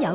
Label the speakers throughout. Speaker 1: 有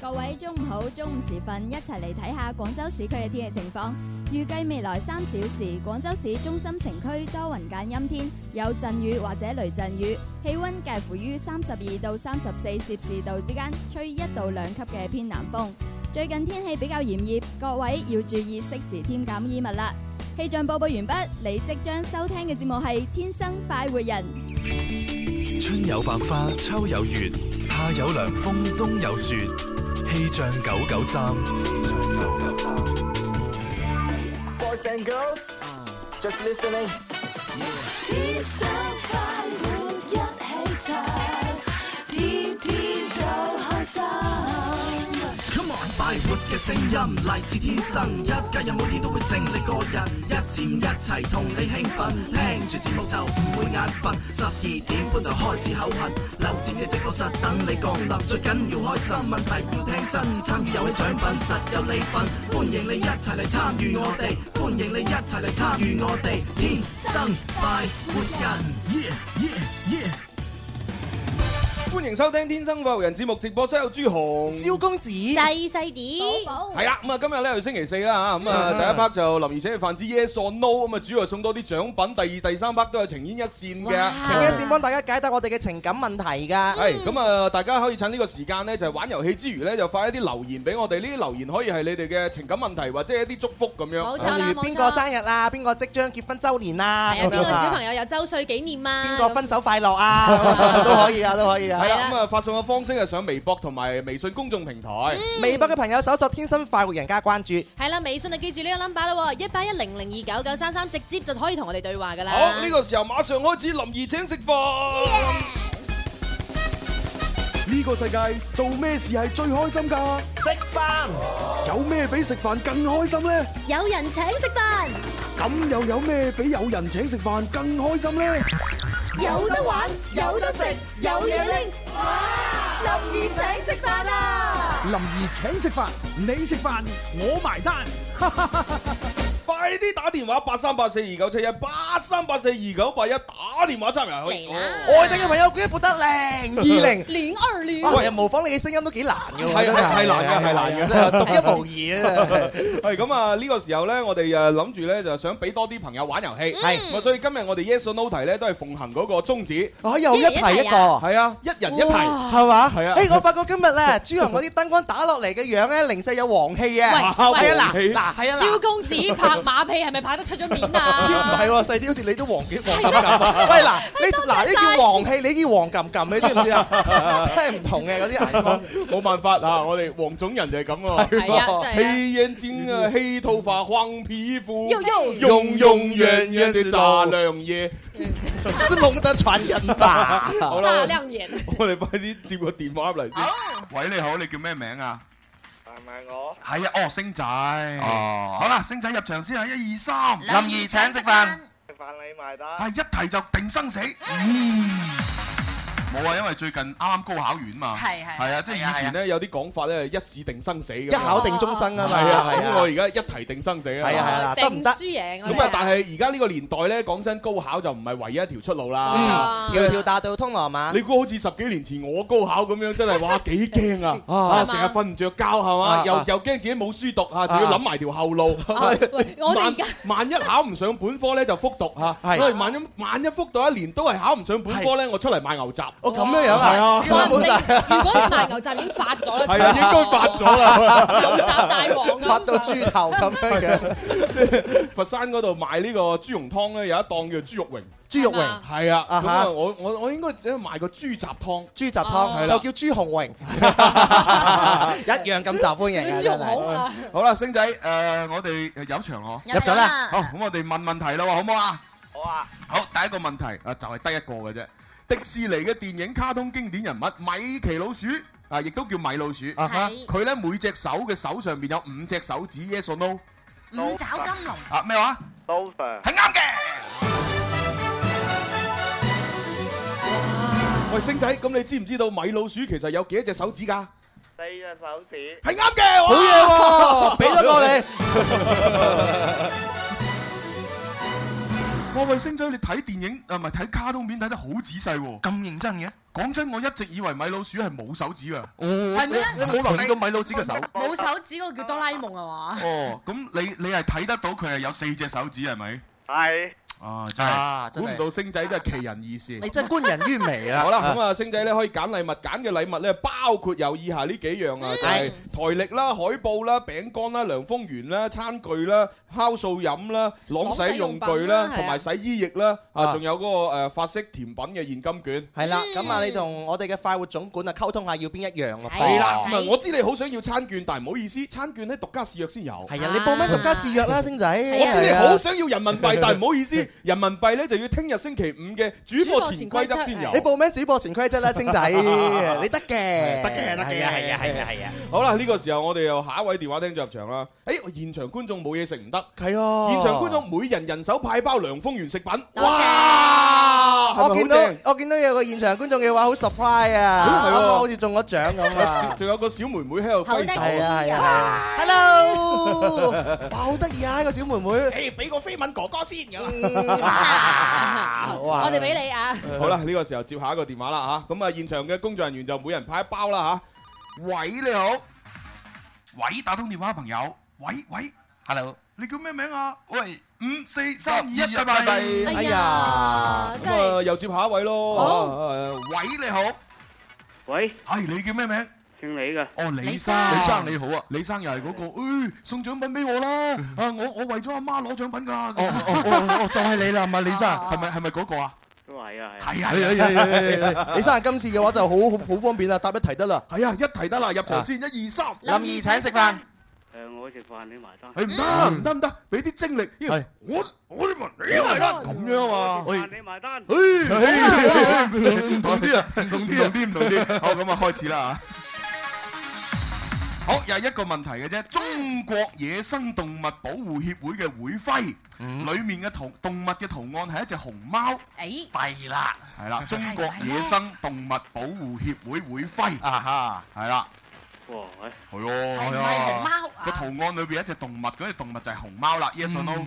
Speaker 2: 各位中午好，中午時分一齊嚟睇下廣州市區嘅天氣情況。預計未來三小時，廣州市中心城區多雲間陰天，有陣雨或者雷陣雨，氣温介乎於三十二到三十四攝氏度之間，吹一到兩級嘅偏南風。最近天氣比較炎熱，各位要注意適時添減衣物啦。氣象播報完畢，你即將收聽嘅節目係《天生快活人》。
Speaker 3: 春有百花，秋有月，夏有涼風，冬有雪。氣象九九三，
Speaker 4: Boys and girls, just listening。
Speaker 5: 天生快活一起唱，天天都開心。
Speaker 6: Come on，快活嘅聲音嚟自天生，一家人每天都會整理個人，一佔一齊同你興奮，聽住節目就唔會眼瞓，十二點半就開始口痕，留節嘅直播室等你降臨，最緊要開心，問題要聽真，參與遊戲獎品實有你份，歡迎你一齊嚟參與我哋，歡迎你一齊嚟參與我哋，天生快活人，yeah yeah yeah。
Speaker 7: 歡迎收聽《天生快活人》節目直播室有朱紅、蕭公子。
Speaker 8: 細細啲，
Speaker 7: 係啦，咁啊今日咧係星期四啦嚇，咁啊
Speaker 8: 嗯
Speaker 7: 第一 part 就林怡請嘅飯之 Yes or No，咁啊主要係送多啲獎品，第二、第三 part 都有情牽一線嘅。
Speaker 9: 請一線幫大家解答我哋嘅情感問題㗎。
Speaker 7: 係咁啊！大家可以趁呢個時間呢，就係玩遊戲之餘呢，就發一啲留言俾我哋。呢啲留言可以係你哋嘅情感問題，或者係一啲祝福咁樣。
Speaker 9: 例如邊個生日啊？邊個即將結婚周年啊？
Speaker 8: 係啊，邊個小朋友有周歲紀念啊？
Speaker 9: 邊個分手快樂啊？都可以啊，都可以啊。
Speaker 7: 係啦，咁啊發送嘅方式係上微博同埋微信公眾平台。
Speaker 9: 微博嘅朋友搜索“天生快活人家”關注。
Speaker 8: 係啦，微信就記住呢個 number 啦，一八一零零二九九三三，直接就可以同我哋對話噶啦。
Speaker 7: 好，呢個時候馬上開始林怡請食飯。
Speaker 10: 呢個世界做咩事係最開心㗎？食飯有咩比食飯更開心呢？
Speaker 5: 有人請食飯，
Speaker 10: 咁又有咩比有人請食飯更開心呢？
Speaker 5: 有得玩，有得食，有嘢 拎。哇！林怡請食飯啊！
Speaker 10: 林兒請食飯，你食飯我埋單。
Speaker 7: 快啲打電話八三八四二九七一八三八四二九八一打電話參與遊戲。
Speaker 9: 外地嘅朋友舉一撥得零二零。
Speaker 8: 零二零
Speaker 9: 哇！又模仿你嘅聲音都幾難㗎喎。
Speaker 7: 係
Speaker 9: 真
Speaker 7: 係難嘅，係難嘅，
Speaker 9: 真係獨 一無二啊！
Speaker 7: 係咁啊！呢個時候咧，我哋誒諗住咧就想俾多啲朋友玩遊戲，
Speaker 9: 係
Speaker 7: 咁啊所以今日我哋 Yes or No 題咧都係奉行嗰個宗旨，
Speaker 9: 哦又一人一題一題啊
Speaker 7: 係啊，一人一題，
Speaker 9: 哇係嘛？
Speaker 7: 係啊，
Speaker 9: 誒，我發覺今日咧，朱紅嗰啲燈光打落嚟嘅樣咧，零舍有黃氣啊！
Speaker 7: 喂
Speaker 9: 係啊，嗱
Speaker 7: 喂
Speaker 9: 嗱係啊，嗱
Speaker 8: 蕭公子拍馬屁係咪拍得出咗面
Speaker 9: 唔
Speaker 8: 啊？
Speaker 9: 係喎，細啲好似你都黃幾黃咁咁。喂嗱，你嗱呢叫黃氣，你叫黃撳撳，你知唔知啊？真係唔同嘅嗰啲 眼光。
Speaker 7: 冇辦法啊！我哋黃種人就係咁啊，
Speaker 8: 係啊真係啊
Speaker 7: 黑眼睛啊，黑頭髮，黃皮膚，
Speaker 8: 又又
Speaker 7: 永永遠遠的大亮嘢。
Speaker 9: 是龍的傳人吧？
Speaker 7: 好
Speaker 8: 炸
Speaker 7: 啦，
Speaker 8: 亮眼，
Speaker 7: 我哋快啲接個電話入嚟先。
Speaker 11: 喂，你好，你叫咩名啊？
Speaker 4: 係咪我？
Speaker 11: 係啊，哦，星仔。哦，好啦，星仔入場先啊，一二三，
Speaker 9: 林怡請食飯，
Speaker 4: 食飯你埋單。
Speaker 11: 係一題就定生死。冇啊，因為最近啱啱高考完嘛。
Speaker 8: 係係
Speaker 11: 係啊，即係以
Speaker 7: 以前
Speaker 11: 前咧。
Speaker 7: 咧有啲講法咧一試定生死嘅，
Speaker 9: 一考定終生啊嘛！
Speaker 7: 係啊，
Speaker 9: 係
Speaker 7: 咁我而家一題定生死啊。
Speaker 9: 係啊係啊，得唔
Speaker 8: 定
Speaker 9: 得
Speaker 8: 哦輸？贏我哋
Speaker 7: 咁啊，但係而家呢個年代咧，講真，高考就唔係唯一一條出路啦。
Speaker 8: 啊
Speaker 9: 條條大道通羅馬
Speaker 7: 你。估好似十幾年前我高考咁樣，真係哇幾驚啊！
Speaker 9: 啊
Speaker 7: 啊，
Speaker 9: 係嘛
Speaker 7: 成日瞓唔着覺係嘛，
Speaker 9: 啊
Speaker 7: 又
Speaker 9: 啊
Speaker 7: 又驚自己冇書讀啊，仲要諗埋條後路。
Speaker 8: 啊喂我哋而
Speaker 7: 萬
Speaker 8: 家
Speaker 7: 萬一考唔上本科咧，就復讀嚇。
Speaker 9: 係
Speaker 7: 所以萬一萬一復讀一年都係考唔上本科咧，我出嚟賣牛雜。
Speaker 9: 哦咁樣樣啊，
Speaker 8: 話唔
Speaker 9: 冇
Speaker 8: 定
Speaker 9: 晒，
Speaker 8: 如果你賣牛雜已經發咗啦，
Speaker 7: 係啊，應該發咗啦。
Speaker 8: 牛雜大王啊咁，
Speaker 9: 發到豬頭咁樣 樣。
Speaker 7: 佛山嗰度賣呢個豬蓉湯咧，有一檔叫豬肉榮。
Speaker 9: 豬肉榮、
Speaker 7: 係啊，
Speaker 9: 啊
Speaker 7: 咁
Speaker 9: 哈
Speaker 7: 啊，我我我應該只係賣個豬雜湯。
Speaker 9: 豬雜
Speaker 8: 哦
Speaker 9: 湯就叫豬紅榮， 一樣咁受歡迎啊！
Speaker 8: 豬
Speaker 9: 真
Speaker 8: 紅
Speaker 9: 係
Speaker 8: 紅啊！
Speaker 11: 好啦，星仔，誒，我哋有場嗬。
Speaker 9: 入咗啦。
Speaker 11: 好，咁我哋問問題啦喎，好唔好啊？
Speaker 4: 好啊，
Speaker 7: à,
Speaker 11: 好，第一個問題啊，就係得一個嘅啫。迪士尼嘅電影卡通經典人物米奇老鼠啊，亦都叫米老鼠。
Speaker 9: 啊哈
Speaker 12: 係
Speaker 11: 佢咧每隻手嘅手上邊有五隻手指，yes or no？
Speaker 12: 五爪金龍，
Speaker 11: 啊咩話？
Speaker 4: 都上
Speaker 11: 係啱嘅。
Speaker 7: 喂，星仔，咁你知唔知道米老鼠其實有幾多隻手指㗎？
Speaker 4: 四隻手指。
Speaker 7: 係啱嘅，
Speaker 4: 好嘢喎 俾多個你。
Speaker 11: 哇喂，星仔，你睇電影啊，唔係睇卡通片睇得好仔細喎，咁認真嘅。講真，我一直以為米老鼠係冇手指啊 㗎。
Speaker 8: 係咩我冇留意到
Speaker 11: 米老鼠嘅手。
Speaker 8: 冇手指嗰個叫哆啦 A 夢啊嘛？
Speaker 11: 哦，咁你你係睇得到佢係有四隻手指係咪？
Speaker 4: 係。
Speaker 11: 啊，真
Speaker 9: 啊
Speaker 11: 係，
Speaker 9: 真
Speaker 11: 估
Speaker 9: 係
Speaker 11: 唔到星仔真係奇人異事。
Speaker 9: 你真係觀人於微啊！
Speaker 7: 好啦，咁啊，星仔咧可以揀禮物，揀嘅禮物咧包括有以下呢幾樣啊，就係台歷啦、海報啦、餅乾啦、涼風丸啦、餐具啦、酵素飲啦、朗洗用具啦
Speaker 9: 朗洗用品啦，
Speaker 7: 同埋洗衣液啦，啊，
Speaker 9: 啊
Speaker 7: 仲有嗰個誒法式甜品嘅現金券。
Speaker 9: 係啦，咁啊，你同我哋嘅快活總管啊溝通下要邊一樣咯。
Speaker 7: 哦係啦，唔係我知你好想要餐券，但係唔好意思，餐券咧獨家試約先有。係
Speaker 9: 係啊，你報咩獨家試約啦，星仔？
Speaker 7: 我知你好想
Speaker 9: 要
Speaker 7: 要人民幣，但係唔啊好意思， 人民幣咧就要聽日星期五嘅主播潛規則先有。
Speaker 9: 你報咩主播潛規則啦，星 仔？你得嘅，得
Speaker 7: 嘅得嘅
Speaker 9: 係啊，係啊，係啊。
Speaker 7: 好啦，呢個時候我哋又下一位電話聽眾入場啦。誒，現場觀眾冇嘢食唔得，
Speaker 9: 係啊
Speaker 7: 現場觀眾每人人手派包涼風園食品，
Speaker 9: 哇！
Speaker 7: 係咪好
Speaker 9: 我見到
Speaker 7: 正
Speaker 9: 我見到有個現場觀眾嘅話好 surprise 啊，
Speaker 7: 咦係喎
Speaker 9: 啱啱好似中咗獎 咁啊！
Speaker 7: 仲有個小妹妹喺度揮手，
Speaker 9: 係啊係啊係啊！Hello，哇好得意啊！呢個小妹妹，
Speaker 7: 誒俾個飛吻哥哥先
Speaker 9: 咁
Speaker 7: 哇
Speaker 8: 我哋俾你啊！
Speaker 7: 好啦，呢個時候接下一個電話啦嚇，咁啊現場嘅工作人員就每人派一包啦
Speaker 11: 喂，你好，喂，打通電話嘅朋友，喂喂，Hello，你叫咩名啊？喂，五四三二一，拜拜。
Speaker 7: 哎
Speaker 8: 呀
Speaker 7: 嚇，咁啊又接下一位咯。啊啊
Speaker 11: 喂，你好。
Speaker 4: 喂，
Speaker 11: 係你叫咩名？
Speaker 4: 姓李嘅。
Speaker 11: 哦，李生，
Speaker 4: 李
Speaker 11: 李
Speaker 4: 生
Speaker 11: 生你好啊，李生又係嗰個，誒送獎品俾我啦，啊我我為咗阿媽攞獎品㗎。哦
Speaker 9: 哦哦哦就係你啦，唔係李生，
Speaker 11: 係咪係咪嗰個啊？
Speaker 4: 都係
Speaker 7: à,
Speaker 4: 啊，
Speaker 11: 係啊係啊
Speaker 9: 李生今次嘅話就好好好方便啦，答一題得啦。
Speaker 7: 係啊，一題得啦，入場先，一二三，
Speaker 9: 林怡請食飯。
Speaker 4: 誒，我食飯你埋單。
Speaker 7: 誒唔得唔得唔得，俾啲精力，因為我我哋你嚟啦，咁樣啊嘛。
Speaker 4: 你埋單。
Speaker 11: 唔同啲啊，唔同啲，唔同啲，唔同啲。 好，咁啊，開始啦好，又係一個問題嘅啫。中國野生動物保護協會嘅會徽，裡面嘅圖動物嘅圖案係一隻熊貓。
Speaker 8: 誒，
Speaker 11: 弊啦， 係啦，中國野生動物保護協會會徽啊哈，係啦。
Speaker 4: 哇，
Speaker 11: 係喎，
Speaker 4: 係
Speaker 11: 係
Speaker 4: 咪熊
Speaker 11: 啊
Speaker 4: 貓，
Speaker 11: 個圖案裏邊有一隻動物，嗰隻動物就係熊貓啦。Yes or no？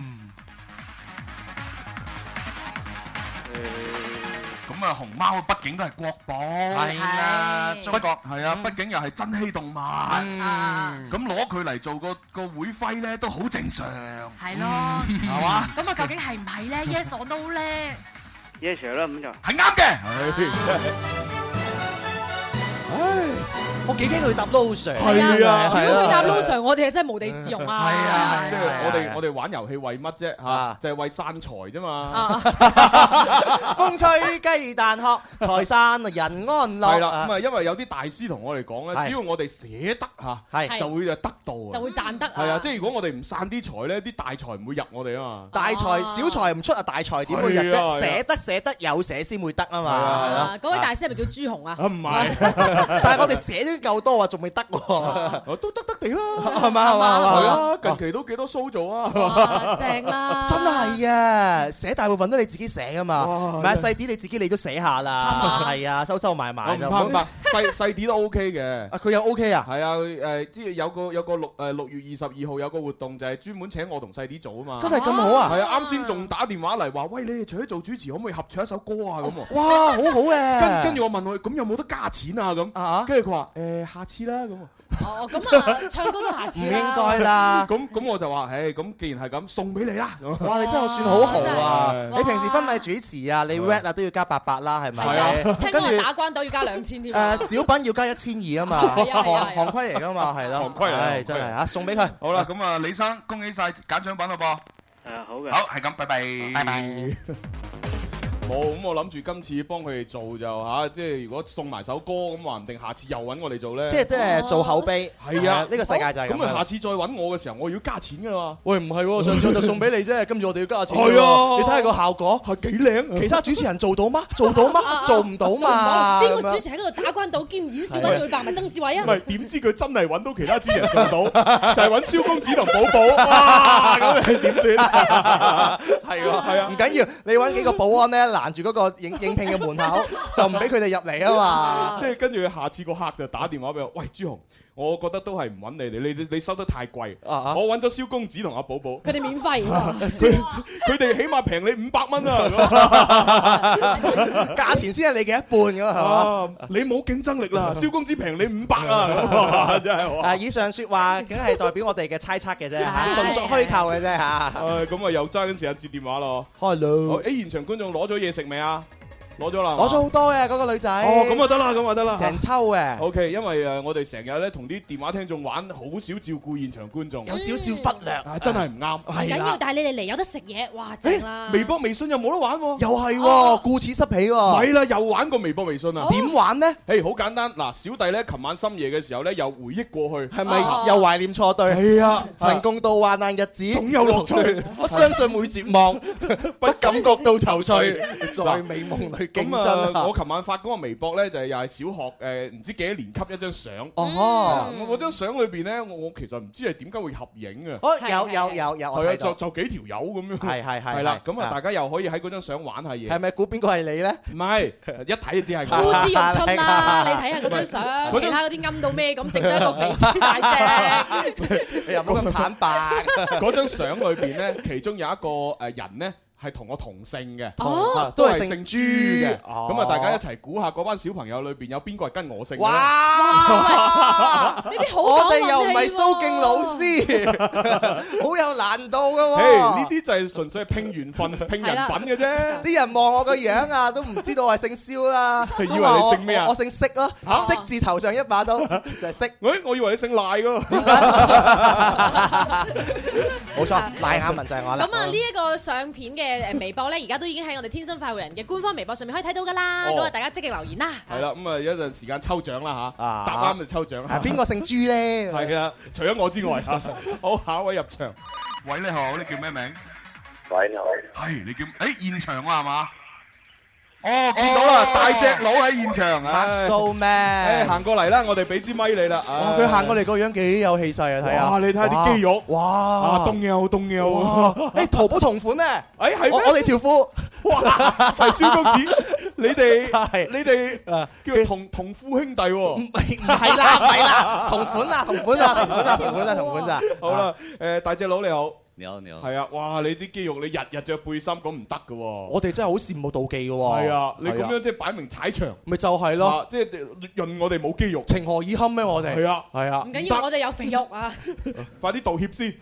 Speaker 11: 咁啊，熊貓畢竟都係國寶，係
Speaker 9: 啦中國
Speaker 11: 係
Speaker 7: Ừ.
Speaker 11: 啊，畢竟又係珍稀動物，
Speaker 13: À,
Speaker 11: 咁攞佢嚟做個個會徽咧都好正常，
Speaker 12: 係咯，
Speaker 7: Ừ.
Speaker 11: 係嘛？
Speaker 12: 咁啊，究竟係唔係咧？Yes or no 咧？
Speaker 4: Yes sir 啦，咁就。
Speaker 11: 係啱嘅。
Speaker 7: À. 唉，
Speaker 9: 我幾驚佢答 Low Sir。
Speaker 7: 係啊係啊
Speaker 12: 如果佢答 Lo Sir，我哋真係無地自 容啊！係啊
Speaker 7: 即係我哋我哋玩遊戲為乜啫嚇？就係為散財啫
Speaker 8: 啊
Speaker 7: 嘛。
Speaker 9: 風吹雞蛋殼，財散人安樂。
Speaker 7: 係啦，咁啊，因為有啲大師同我哋講咧，
Speaker 9: 係
Speaker 7: 只要我哋捨得嚇，
Speaker 9: 係
Speaker 7: 就會就得到啊。
Speaker 8: 就會賺得
Speaker 7: 係啊，即係如果我哋唔散啲財咧，啲大財唔會入我哋啊嘛。
Speaker 9: 大財小財唔出啊，大財點會入
Speaker 7: 係啊係啊
Speaker 9: 啫？捨得捨得有捨先會得啊嘛
Speaker 8: 啊，。嗰位大
Speaker 9: 啊
Speaker 8: 師係咪叫朱紅啊？
Speaker 7: 唔係，
Speaker 9: 但係我哋捨咗夠多啊，仲未得 喎。
Speaker 7: 我都得得地啦，
Speaker 9: 係嘛係嘛係嘛
Speaker 7: 係啊，近期都幾多 show 做
Speaker 9: 哇
Speaker 7: 啊，
Speaker 9: 正啦 真係啊，寫大部分都你自己寫噶嘛，唔係細啲你自己你都寫下啦，係啊，收收埋
Speaker 7: 我
Speaker 9: 埋
Speaker 7: 唔
Speaker 9: 就
Speaker 7: 怕唔怕，細細啲都 OK 嘅。
Speaker 9: 佢又 OK 啊？
Speaker 7: 係啊，誒，即係有個有個六誒六月二十二號有個活動就係專門請我同細啲做啊嘛。
Speaker 9: 真係咁好啊
Speaker 7: 係啊，啱先仲打電話嚟話，喂，你哋除咗做主持，可唔可以合唱一首歌啊？咁喎。
Speaker 9: 哇，好好
Speaker 7: 跟
Speaker 9: 嘅。
Speaker 7: 跟住我問佢，咁有冇得加錢啊？咁，跟住佢話誒下次啦咁喎。
Speaker 8: 哦，咁啊，唱歌都下次啦。
Speaker 9: 啦。
Speaker 7: 咁咁我就話，誒咁既然係咁，送俾你啦。
Speaker 9: 哇！你真係算好豪啊！
Speaker 7: 真係
Speaker 9: 你平時婚禮主持啊，你 red 啊都要加八百啦，係
Speaker 7: 係啊
Speaker 9: 咪？
Speaker 8: 聽
Speaker 9: 跟
Speaker 8: 講
Speaker 9: 住
Speaker 8: 話打關島要加兩千添啊。
Speaker 9: 誒小品要加一千二啊嘛，
Speaker 8: 係啊係啊係啊
Speaker 9: 行行規嚟噶嘛，係咯，行
Speaker 11: 規嚟行規嚟
Speaker 9: 真係啊，送俾佢。
Speaker 11: 好啦，咁啊，李生恭喜晒揀獎品咯
Speaker 4: 噃。誒，好嘅。
Speaker 11: 好，係咁，拜拜。拜拜。
Speaker 7: 冇咁，我諗住今次幫佢哋做就嚇，即係如果送埋首歌咁，話唔定下次又揾我哋做咧。
Speaker 9: 即係即係做口碑。
Speaker 7: 係啊，
Speaker 9: 呢個世界就係
Speaker 7: 咁啊，下
Speaker 9: 樣。
Speaker 7: 次再
Speaker 14: Ờ,
Speaker 7: 揾我嘅時候，我要加錢噶嘛。
Speaker 9: 喂，唔 係喎，上次我就送俾你啫，今次我哋要加錢
Speaker 7: 係
Speaker 9: 喎。
Speaker 7: 啊
Speaker 9: 你睇下個效果
Speaker 7: 係幾靚。
Speaker 9: 其他主持人做到嗎？做到嗎？做唔到嘛？
Speaker 8: 邊個
Speaker 9: 咁樣
Speaker 8: 主持喺嗰度打關島兼演示揾對白咪曾志偉啊？
Speaker 7: 唔係點知佢真係揾到其他主持人做到，就係揾蕭公子同寶寶，哇！咁你點算？
Speaker 9: 係喎，係啊，唔緊要，你揾幾個保安咧攔住嗰個 應應聘嘅門口，就唔俾佢哋入嚟啊嘛。
Speaker 7: 即係跟住下次個客就打電話俾我，喂朱紅，我覺得都係唔揾你哋，你你你收得太貴，我 揾咗蕭公子同阿寶寶，
Speaker 12: 佢哋免費
Speaker 7: 佢佢哋起碼平你五百蚊啊，
Speaker 9: 價錢先係你嘅一半㗎嘛
Speaker 7: 啊你冇競爭力啦，蕭公子平你
Speaker 14: à.
Speaker 7: 五百啊，咁啊真係哇
Speaker 9: 啊！以上説話梗係代表我哋嘅猜測嘅啫，
Speaker 7: 係
Speaker 9: 純屬虛構嘅啫嚇。
Speaker 7: 唉，咁啊又揸緊時間接電話咯。
Speaker 9: Hello，
Speaker 7: 誒現場觀眾攞咗嘢食未
Speaker 14: à?
Speaker 7: 啊？攞咗啦，係嘛
Speaker 9: 攞咗好多嘅嗰個女仔。
Speaker 14: Ờ,
Speaker 7: 哦，咁啊得啦，咁啊得啦，
Speaker 9: 成抽嘅。
Speaker 7: O K，因為誒我哋成日咧同啲電話聽眾玩，好少照顧現場觀眾，
Speaker 9: 有少少忽略，
Speaker 7: 啊真係唔啱。
Speaker 8: 唔緊要，但係你哋嚟有得食嘢，哇 正
Speaker 14: 啊
Speaker 8: 啦！
Speaker 7: 微博、微信又冇得玩喎，
Speaker 9: 又係喎，顧此失彼喎。
Speaker 7: 咪啦，又玩過微博、微信啊？
Speaker 9: 點玩呢？
Speaker 7: 誒，好簡單，嗱，小弟咧，琴晚深夜嘅時候咧，又回憶過去，
Speaker 9: 係咪又懷念錯對？
Speaker 7: 係啊
Speaker 9: 曾共度患難日子，
Speaker 7: 總有樂趣
Speaker 9: 我相信每絕 望，不感覺到愁緒，在美夢裏競
Speaker 7: 咁
Speaker 9: 爭
Speaker 7: 啊！
Speaker 9: 啊。
Speaker 7: 我琴晚發嗰個微博咧，就係又係小學誒唔知幾多年級一張相。
Speaker 9: 哦
Speaker 7: 啊我嗰張相裏邊咧，我我其實唔知係點解會合影啊。
Speaker 9: 哦，有有有有，我
Speaker 7: 係啊，
Speaker 9: 睇
Speaker 7: 就
Speaker 9: 到。
Speaker 7: 就幾條友咁樣。
Speaker 9: 係係係
Speaker 7: 係啦，
Speaker 9: 係
Speaker 7: 咁啊，
Speaker 9: 啊
Speaker 7: 大家又可以喺嗰張相玩下嘢。
Speaker 9: 係咪估邊個係你 呢？
Speaker 7: 唔係，一睇就知係
Speaker 9: 呼
Speaker 7: 我。
Speaker 9: 之欲出
Speaker 12: 啦，你睇下嗰張相，其他嗰啲暗到咩咁，剩得一個肥豬大隻。
Speaker 9: 你又冇咁坦白。
Speaker 7: 嗰張相裏邊咧，其中有一個誒人咧。係同我同姓嘅，
Speaker 9: 哦
Speaker 7: 啊
Speaker 9: 都
Speaker 7: 都
Speaker 9: 係姓
Speaker 7: 係姓
Speaker 9: 朱
Speaker 7: 朱
Speaker 9: 嘅
Speaker 7: 嘅，
Speaker 9: 哦
Speaker 7: 咁啊大家一齊估下嗰班小朋友裏邊有邊個係跟我姓嘅咧？
Speaker 9: 哇！
Speaker 12: 呢啲
Speaker 9: 好我哋又唔係蘇敬老 師，好有難度㗎喎。
Speaker 7: 誒呢啲就係純粹係拼緣分、拼人品嘅啫。
Speaker 9: 啲人望我個樣啊，都唔知道我係姓蕭啦，
Speaker 7: 以為
Speaker 9: 都話
Speaker 7: 你
Speaker 9: 我
Speaker 7: 姓咩啊
Speaker 9: 我我姓釋咯，
Speaker 7: 啊
Speaker 9: 釋字頭上一把 刀就係釋，
Speaker 7: 喂，我以為你姓賴㗎喎。
Speaker 9: 冇 錯，賴雅文就係我啦。
Speaker 8: 咁啊，呢一個相片嘅誒呃微博咧，而家都已經喺我哋天生快活人嘅官方微博上面可以睇到噶啦。
Speaker 7: 哦
Speaker 8: 咁啊，大家積極留言啦。
Speaker 7: 係啦，咁啊有一陣時間抽獎啦嚇，答啱就抽獎。
Speaker 9: 啊邊個姓朱咧？
Speaker 7: 係啦，除咗我之外嚇，好下一位入場。
Speaker 11: 喂，你好，你叫咩名？
Speaker 15: 喂，你好。
Speaker 11: 係你叫誒現場啊係嘛？哦，見到啦，大隻佬喺現場啊！
Speaker 9: 拍數咩
Speaker 7: 誒？行過嚟啦，我哋俾支咪你啦。
Speaker 9: 哇！
Speaker 7: 哇
Speaker 9: 佢行過嚟個樣幾有氣勢啊！睇下，
Speaker 7: 哇你睇下啲肌肉
Speaker 9: 哇！
Speaker 7: 啊，凍又凍
Speaker 9: 哇誒，
Speaker 7: 又。！
Speaker 9: 淘寶同款咩？
Speaker 7: 誒係咩
Speaker 9: 我我哋條褲
Speaker 7: 哇！係 蕭公子，你
Speaker 9: 係
Speaker 7: 哋你哋叫同同夫兄弟
Speaker 9: 嗯
Speaker 7: 喎。
Speaker 9: 唔 係啦，唔係啦，同款 啦，同款啦，同款啦，同款啦，同款咋？
Speaker 7: 好啦，誒大隻佬你好，
Speaker 14: 你好，你好。
Speaker 7: 係啊，哇！你啲肌肉你日日着背心咁唔得㗎喎。
Speaker 9: 我哋真係好羨慕妒忌嘅喎。
Speaker 7: 係啊，你咁
Speaker 9: 哦係啊
Speaker 7: 樣即係擺明踩場。
Speaker 9: 咪就係咯
Speaker 7: 啊，即係潤我哋冇肌肉。
Speaker 9: 情何以堪咩？我哋
Speaker 7: 係啊，
Speaker 9: 係啊，
Speaker 12: 唔緊要，我哋有肥 肉啊！
Speaker 7: 快啲道歉先。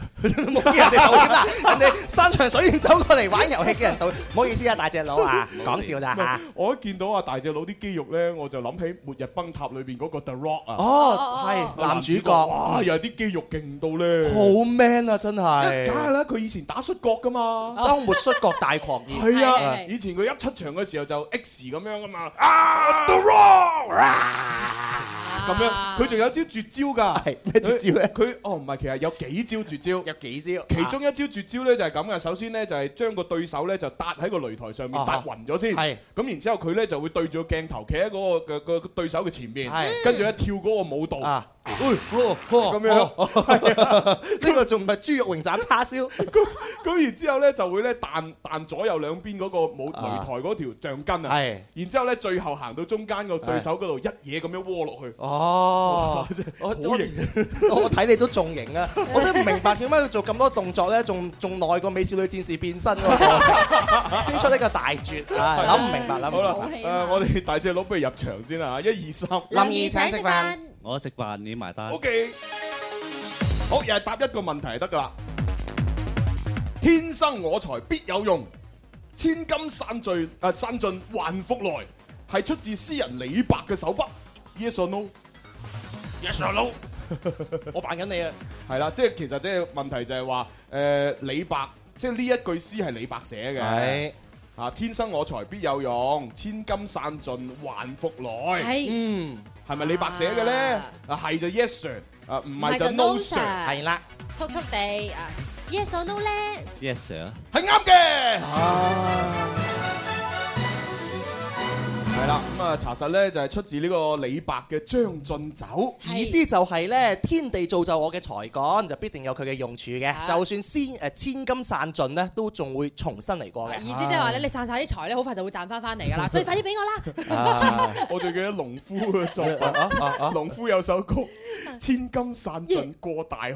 Speaker 9: 冇叫人哋道歉啦，人哋山長水遠走過嚟玩遊戲嘅人道，唔好意思啊，大隻 佬啊，講笑咋
Speaker 7: 唔係
Speaker 9: 嚇。
Speaker 7: 我一見到啊大隻佬啲肌肉咧，我就諗起《末日崩塌》裏邊嗰個 The Rock 啊。
Speaker 9: 哦，係男主角，
Speaker 7: 哇！又係啲肌肉勁到咧。
Speaker 9: 好 man 啊，真
Speaker 7: 梗係
Speaker 9: 係。
Speaker 7: 啦，佢以前打摔角噶嘛。
Speaker 9: 周末摔角大狂熱，
Speaker 7: 係啊，以前佢一出場嘅時候就 X 咁樣噶嘛，啊 The Rock 啊咁樣，佢仲有招絕招㗎，係
Speaker 9: 咩絕招咧？
Speaker 7: 佢哦唔係，其實有幾招絕招，
Speaker 9: 有幾招，
Speaker 7: 其中一招絕招咧就係咁嘅，首先咧就係將個對手咧就搭喺個擂台上面
Speaker 9: 啊
Speaker 7: 搭暈咗先，
Speaker 9: 係
Speaker 7: 咁然之後佢咧就會對住個鏡頭企喺嗰個個個對手嘅前面
Speaker 9: 係，
Speaker 7: 跟住咧跳嗰個舞蹈，
Speaker 9: 啊哦
Speaker 7: 哎咁樣。
Speaker 9: 呢個仲唔係豬肉榮斬叉燒？
Speaker 7: 咁然之後咧就會咧彈彈左右兩邊嗰個舞
Speaker 9: 啊
Speaker 7: 擂台嗰條橡筋啊，
Speaker 9: 係
Speaker 7: 然之後咧最後行到中間個對手嗰度一嘢咁樣窩落去，
Speaker 9: 哦，我我我睇你都仲型 啊！我真係唔明白點解要做咁多動作咧，仲仲耐過美少女戰士變身嗰個過 程先出呢個大絕啊！唉諗唔明白，諗唔
Speaker 7: 好啦
Speaker 9: 明白。，
Speaker 7: 誒啊我哋大隻佬不如入場先啊，一二三，
Speaker 9: 林怡請食飯。
Speaker 14: 我食飯，你埋單。
Speaker 7: O K，好，又係答一個問題就得噶啦。天生我材必有用，千金散聚誒散盡還復來，係出自詩人李白嘅手筆。Yes or no？Yes or no？
Speaker 9: 我扮緊你啊！
Speaker 7: 係啦，即係其實即係問題就係話誒李白，即係呢一句詩係李白寫
Speaker 9: 係
Speaker 7: 嘅。啊！天生我材必有用，千金散盡還復來。
Speaker 9: 係嗯，
Speaker 7: 係咪李白寫嘅咧？啊，係就 yes sir，啊唔係就 no sir，
Speaker 9: 係啦。
Speaker 8: 速速地啊，yes or no 咧？
Speaker 14: Yes sir。
Speaker 7: 啊係啱嘅。係啦，咁咁啊，查實咧就係出自呢個李白嘅《將進酒》。
Speaker 9: 意思就係咧，天地造就我嘅才幹，就必定有佢嘅用處嘅。就算先誒千金散盡咧，都仲會重新嚟過嘅。
Speaker 12: 意思即係話咧，你散晒啲財咧，好快就會賺翻翻嚟㗎啦，所以快啲俾我啦！
Speaker 9: 啊
Speaker 7: 我最記得農夫嘅作品，農夫有首曲《千金散盡過大海》。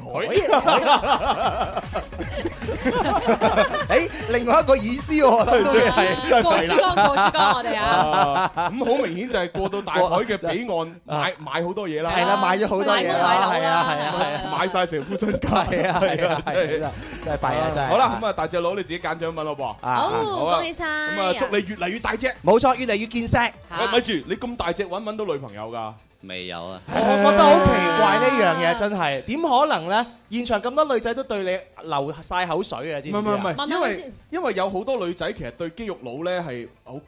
Speaker 9: 誒，另外一個意思我諗都會 係
Speaker 8: 啊
Speaker 7: 真係
Speaker 12: 過
Speaker 7: 弊
Speaker 12: 珠
Speaker 7: 啦
Speaker 12: 江，過珠江，我哋啊！
Speaker 7: 啊咁好明顯就係過到大海嘅彼 岸買買好多嘢啊啦，
Speaker 9: 係啦買咗好多嘢啦買屋買樓啦係啊係啊係
Speaker 7: 買晒成副身家，
Speaker 9: 係啊係啊係啊真係弊啊真係
Speaker 7: 好啦，咁啊大隻佬你自己揀獎品咯噃，
Speaker 9: 好
Speaker 7: 啊
Speaker 8: 恭喜晒
Speaker 7: 咁
Speaker 9: 哎
Speaker 7: 啊祝你越嚟越大隻，
Speaker 9: 冇錯，越嚟越見識。
Speaker 8: 啊
Speaker 7: 喂，咪住，你咁大隻揾唔揾到女朋友㗎？
Speaker 15: 未有啊，
Speaker 9: 我覺得好奇怪呢樣嘢，真係點可能呢？現場咁多女仔都對你流晒口水啊！知
Speaker 7: 唔
Speaker 9: 唔
Speaker 7: 係
Speaker 9: 知
Speaker 7: 唔
Speaker 9: 啊？
Speaker 7: 係唔係，因為因為有好多女仔其實對肌肉佬咧係好驚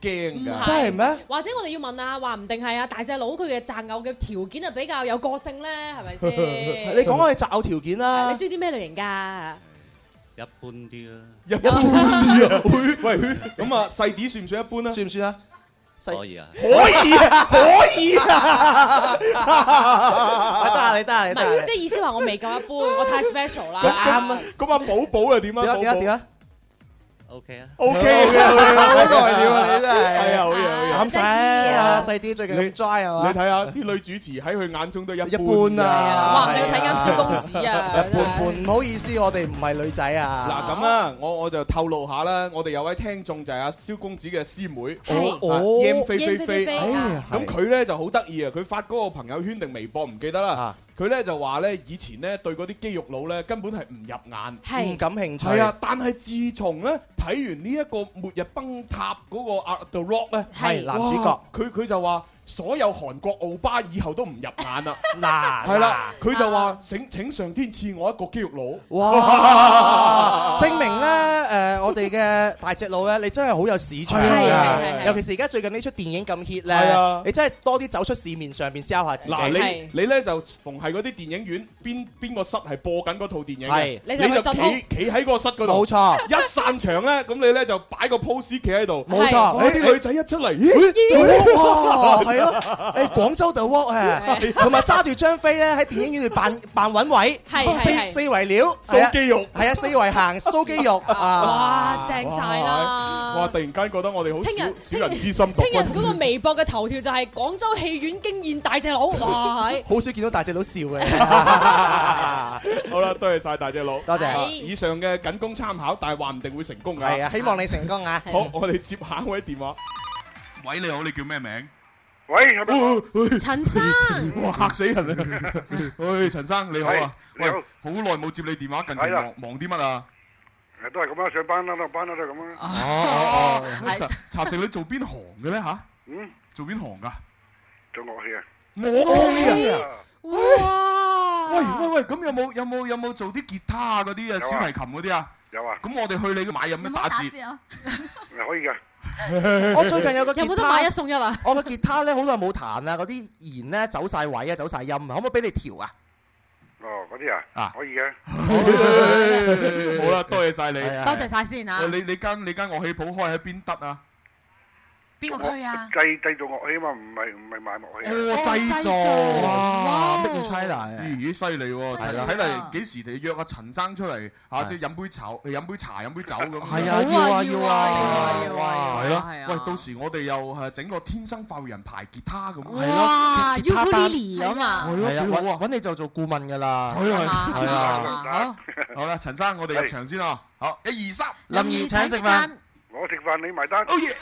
Speaker 7: 㗎，
Speaker 12: 或者我哋要問下，話唔定係啊大隻佬佢嘅擇偶嘅條件啊比較有個性咧，係咪先？ 啊
Speaker 9: 你講我哋擇偶條件
Speaker 7: 啊
Speaker 9: 啦
Speaker 12: 你。中意啲咩類型㗎？
Speaker 15: 一般啲啊啦，
Speaker 7: 一般啲啊，喂，咁啊細啲算唔算一般啊？
Speaker 9: 算唔算啊？
Speaker 15: 可以啊，
Speaker 9: 可以啊，可以啊！得啊，你得啊，
Speaker 12: 唔
Speaker 9: 你得啊
Speaker 12: 係，即係意思話我未夠一般，我 太 special 啦。
Speaker 7: 咁咁咁啊寶寶又點啊？
Speaker 9: 點啊點啊點啊
Speaker 15: ，OK 啊
Speaker 7: ？O K
Speaker 9: 嘅，呢個係
Speaker 7: 點
Speaker 9: 點啊？你真係
Speaker 7: 係啊，好嘢好嘢，
Speaker 9: 啱晒啊！細啲最近咁 dry 係嘛？
Speaker 7: 你睇下啲女主持喺佢眼中都一一
Speaker 9: 般啊哇你睇啱
Speaker 7: 小
Speaker 9: 蕭公子
Speaker 7: 啊
Speaker 9: 一般般，唔好意思，我哋唔係女仔啊。
Speaker 7: 嗱咁啊，我我就透露下啦，我哋有位聽眾就係阿蕭公子嘅師妹，
Speaker 9: 哦
Speaker 7: 啊
Speaker 9: 哦
Speaker 7: 燕飛飛
Speaker 9: 燕飛飛
Speaker 7: 飛
Speaker 9: 飛哎，
Speaker 7: 咁佢咧就好得意啊！佢發嗰個朋友圈定微博唔記得
Speaker 9: 啊
Speaker 7: 啦，佢咧就話咧以前咧對嗰啲肌肉佬咧根本係唔入眼，
Speaker 9: 係唔感興趣
Speaker 7: 係啊，但係自從咧睇完呢一個末日崩塌嗰個阿 The Rock 咧，
Speaker 9: 係男主
Speaker 7: 哇
Speaker 9: 角，
Speaker 7: 佢佢就話。所有韓國奧巴以後都唔入眼啦，
Speaker 9: 嗱
Speaker 7: 係啦，佢就
Speaker 9: 啊
Speaker 7: 話請請上天賜我一個肌肉佬，
Speaker 9: 哇！證明咧，誒我哋嘅大隻佬咧，你真係好有市場
Speaker 7: 係係係
Speaker 9: 㗎，
Speaker 7: 係
Speaker 9: 尤其是而家最近呢出電影咁 hit
Speaker 7: 係
Speaker 9: 咧，
Speaker 7: 啊
Speaker 9: 你真係多啲走出市面上邊 sell 下自己。
Speaker 7: 嗱，你你咧就逢係嗰啲電影院邊邊個室係播緊嗰套電影嘅
Speaker 9: 係，
Speaker 7: 你
Speaker 9: 你
Speaker 7: 就
Speaker 9: 就
Speaker 7: 企
Speaker 9: 去進屋
Speaker 7: 企喺嗰個室嗰
Speaker 9: 冇
Speaker 7: 度，
Speaker 9: 錯
Speaker 7: 一散場咧，咁你咧就擺個 pose 企喺度，
Speaker 9: 冇錯
Speaker 7: 哇
Speaker 9: 誒
Speaker 7: 啲女仔一出嚟，
Speaker 9: 咦哇，
Speaker 7: 咦
Speaker 9: 係咯，誒廣州度 walk 啊，
Speaker 7: 係
Speaker 9: 同埋揸住張飛咧喺電影院度扮扮揾位，
Speaker 12: 係係係
Speaker 9: 四四圍料，
Speaker 7: 掃肌肉
Speaker 9: 係啊，四圍行掃肌肉啊，
Speaker 12: 哇，正晒啦！
Speaker 7: 哇！突然間覺得我哋好
Speaker 12: 聽日
Speaker 7: 小小人之心度
Speaker 12: 聽日嗰個微博嘅頭條就係廣州戲院驚現大隻佬，哇！係
Speaker 9: 好少見到大隻佬笑嘅。
Speaker 7: 好啦，多謝晒大隻佬，
Speaker 9: 多謝
Speaker 7: 啊以上嘅僅供參考，但係話唔定會成功㗎。
Speaker 9: 係啊希望你成功啊
Speaker 7: 好，我哋接下一位電話。
Speaker 11: 喂，你好，你叫咩名？
Speaker 7: 喂，
Speaker 12: 陳生，
Speaker 7: 哇嚇死人啊！喂，陳生你好啊，
Speaker 14: 喂你
Speaker 7: 喂
Speaker 14: 好，
Speaker 7: 好耐冇接你電話，近期
Speaker 14: 係啦
Speaker 7: 忙忙啲乜啊？
Speaker 14: 都係咁啦，上班啦，落班啦，都係咁
Speaker 7: 哦
Speaker 14: 啦。
Speaker 7: 哦哦，咁
Speaker 14: 係
Speaker 7: 查查實你做邊行嘅咧吓？
Speaker 14: 嗯，
Speaker 7: 做邊行噶？
Speaker 14: 做樂器啊，
Speaker 7: 我
Speaker 14: 樂器
Speaker 7: 器
Speaker 14: 啊！
Speaker 12: 哇！
Speaker 7: 喂喂喂，咁有冇有冇有冇做啲吉他啊嗰啲啊，
Speaker 14: 有啊
Speaker 7: 小提琴嗰啲啊？
Speaker 14: 有啊。
Speaker 7: 咁我哋去你買有咩打折？
Speaker 14: 可以嘅。
Speaker 9: 我最近有個吉他
Speaker 12: 有冇得買一送一啊？
Speaker 9: 我個吉他咧好耐冇彈啦，嗰啲弦咧走晒位啊，走晒音啊，可唔可以俾你調啊？
Speaker 14: 哦，嗰啲啊，可以嘅。
Speaker 7: 好啦，多謝晒你，
Speaker 12: 多謝晒先啊
Speaker 7: 喂你你間你間樂器鋪開喺邊得啊？
Speaker 12: 邊個區
Speaker 13: à?
Speaker 12: 啊？
Speaker 14: 製製造樂器啊嘛，唔係唔係賣
Speaker 9: 哎
Speaker 14: 樂器啊。
Speaker 7: 哦，製造哇，Make in China 咦，犀利喎！
Speaker 9: 犀利
Speaker 7: 睇
Speaker 9: 啊
Speaker 7: 睇嚟幾時你約阿陳生出嚟嚇，即係飲杯茶，飲杯茶，飲杯酒咁。
Speaker 9: 係啊要啊要啊要啊要啊要啊要啊係
Speaker 7: 係咯
Speaker 9: 啊。
Speaker 7: 喂，到時我哋又係整個天生發育人排吉他咁。
Speaker 9: 係咯，吉吉他班
Speaker 12: ukulele 咁啊
Speaker 9: 係啊，
Speaker 7: 幾好啊
Speaker 9: 揾揾你就做顧問㗎啦，
Speaker 7: 係啊係啊
Speaker 9: 係啊，
Speaker 7: 好啦，陳生，我哋入場先啊！好，一二三，
Speaker 9: 林兒請食飯。
Speaker 14: 我食飯你埋單。
Speaker 7: 好嘢。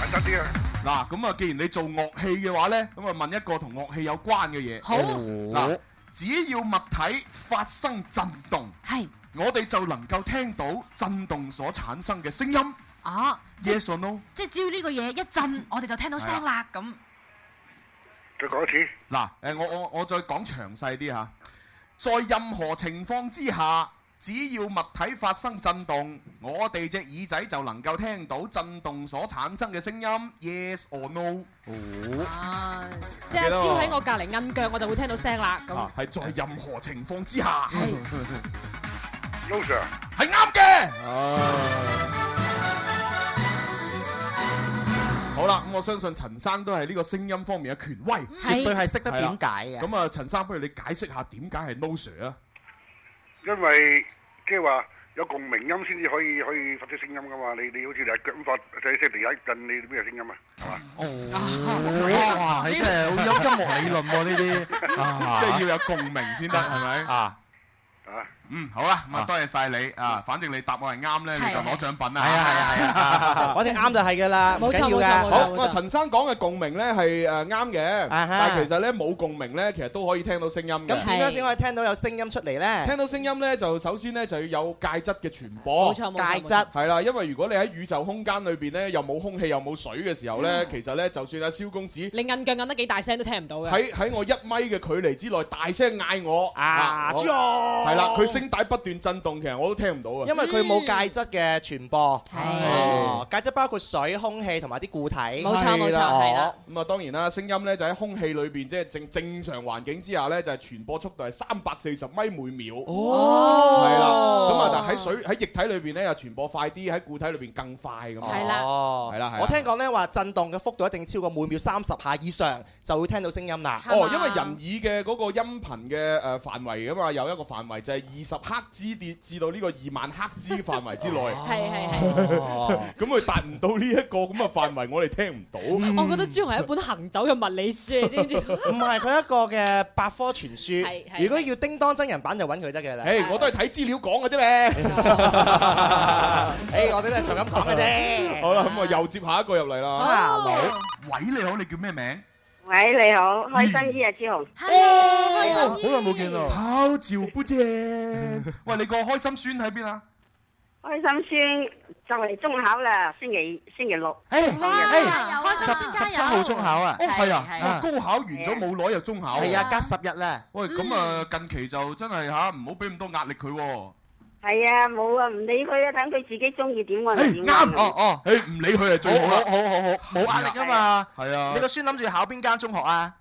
Speaker 14: 簡單啲啊。
Speaker 7: 嗱，咁啊，既然你做樂器嘅話呢，咁啊問一個同樂器有關嘅嘢。
Speaker 14: 好
Speaker 9: 哦
Speaker 7: 嗱，只要物體發生震動，
Speaker 12: 係，
Speaker 7: 我哋就能夠聽到震動所產生嘅聲音。
Speaker 13: 啊
Speaker 7: ，yes or no？
Speaker 13: 即係只要呢個嘢一震，我哋就聽到聲啦咁。
Speaker 14: 再講一次。
Speaker 7: 嗱，誒，我我我再講詳細啲嚇。在任何情況之下，只要物體發生震動，我哋隻耳仔就能夠聽到震動所產生嘅聲音。Yes or no？
Speaker 8: 哦
Speaker 12: 啊，即係燒喺我隔離摁腳，我就會聽到聲啦咁。
Speaker 7: 啊，係在任何情況之下。
Speaker 14: No sir。
Speaker 7: 係啱嘅。好啦，咁我相信陳生都係呢個聲音方面嘅權威，
Speaker 9: 係絕對係識得點解嘅
Speaker 7: 係啦咁啊，陳生，不如你解釋下點解係 no sir 啊？
Speaker 14: 因為即係話有共鳴音先至可以可以發出聲音噶嘛。你你好似你係腳咁發，即係嚟一陣你咩聲音啊？係嘛？
Speaker 16: 哦，哇！你真係好有音樂理論喎呢啲，啊
Speaker 7: 即係要有共鳴先得，係咪？
Speaker 16: 啊
Speaker 14: 啊！
Speaker 7: 嗯，好啦，咁啊，多謝晒你啊！反正你答案係啱咧，你就攞獎品啦。
Speaker 9: 係啊係啊係啊反正啱就係㗎啦唔緊要㗎冇錯冇錯
Speaker 7: 好，咁啊，陳生講嘅共鳴咧係誒啱嘅，
Speaker 9: 啊哈
Speaker 7: 但係其實咧冇共鳴咧，其實都可以聽到聲音
Speaker 9: 咁
Speaker 7: 嘅。
Speaker 9: 點樣先可以聽到有聲音出嚟咧？
Speaker 7: 聽到聲音咧，就首先咧就要有介質嘅傳播。
Speaker 9: 冇錯冇錯介質
Speaker 7: 係啦，因為如果你喺宇宙空間裏邊咧，又冇空氣又冇水嘅時候咧
Speaker 12: 嗯，
Speaker 7: 其實咧就算阿蕭公子
Speaker 12: 你摁腳摁得幾大聲都聽唔到嘅。
Speaker 7: 喺喺我一米嘅距離之內大聲嗌我啊
Speaker 9: 豬哦
Speaker 7: 係啦，佢聲帶不斷震動，其實我都聽唔到啊。
Speaker 9: 因為佢冇介質嘅傳播，
Speaker 7: 係
Speaker 9: 哦，介質包括水、空氣同埋啲固體，冇
Speaker 7: 哦。咁啊，當然啦，聲音咧就喺空氣裏邊，即係正正常環境之下咧，就係傳播速度係三百四十米每秒。
Speaker 9: 哦
Speaker 7: 係啦。咁啊，但喺水喺液體裏邊咧又傳播快啲，喺固體裏邊更快咁。
Speaker 9: 係啦
Speaker 7: 哦，係啦，係啦。
Speaker 9: 我聽講咧話震動嘅幅度一定超過每秒三十下以上，就會聽到聲音啦。
Speaker 7: 哦，因為人耳嘅嗰個音頻嘅誒範圍噶嘛，有一個範圍就係二十赫茲跌至到呢個二萬赫茲範圍之內。
Speaker 12: 係係係。
Speaker 7: 咁佢達唔到呢一個咁嘅範圍，我哋聽唔到。
Speaker 12: 我覺得朱紅係一本行走嘅物理書，你知 唔知？
Speaker 9: 唔係佢一個嘅百科全
Speaker 12: 係
Speaker 9: 書，
Speaker 12: 係
Speaker 9: 如果要叮當真人版就揾佢得嘅啦。
Speaker 7: 誒，我都係睇資料講嘅啫咩。
Speaker 9: 誒我哋都係就咁講嘅啫
Speaker 7: 好啦，咁我又接下一個入嚟啦。
Speaker 9: 啊
Speaker 7: 好
Speaker 11: 喂，你好，你叫咩名？
Speaker 17: 喂，你好，開心姨啊，朱紅。
Speaker 11: 好耐冇見啦。好照不正。喂，你個開心孫喺邊啊？
Speaker 17: 開心孫就嚟中考啦，星期星期六。
Speaker 9: 誒，
Speaker 17: 開
Speaker 7: 十十七號中考啊？哦，係啊，高考完咗冇耐又中考。
Speaker 9: 係啊，隔十日啦。
Speaker 7: 喂，咁啊，近期就真係吓，唔好俾咁多壓力佢喎。
Speaker 17: 係啊，冇啊，唔理佢啊，等佢自己中意點我就點。啱
Speaker 7: 哦哦，誒唔理佢係最好啦。
Speaker 9: 好好好好，冇壓力啊嘛。
Speaker 7: 係啊。
Speaker 9: 你個孫諗住考邊間中學啊？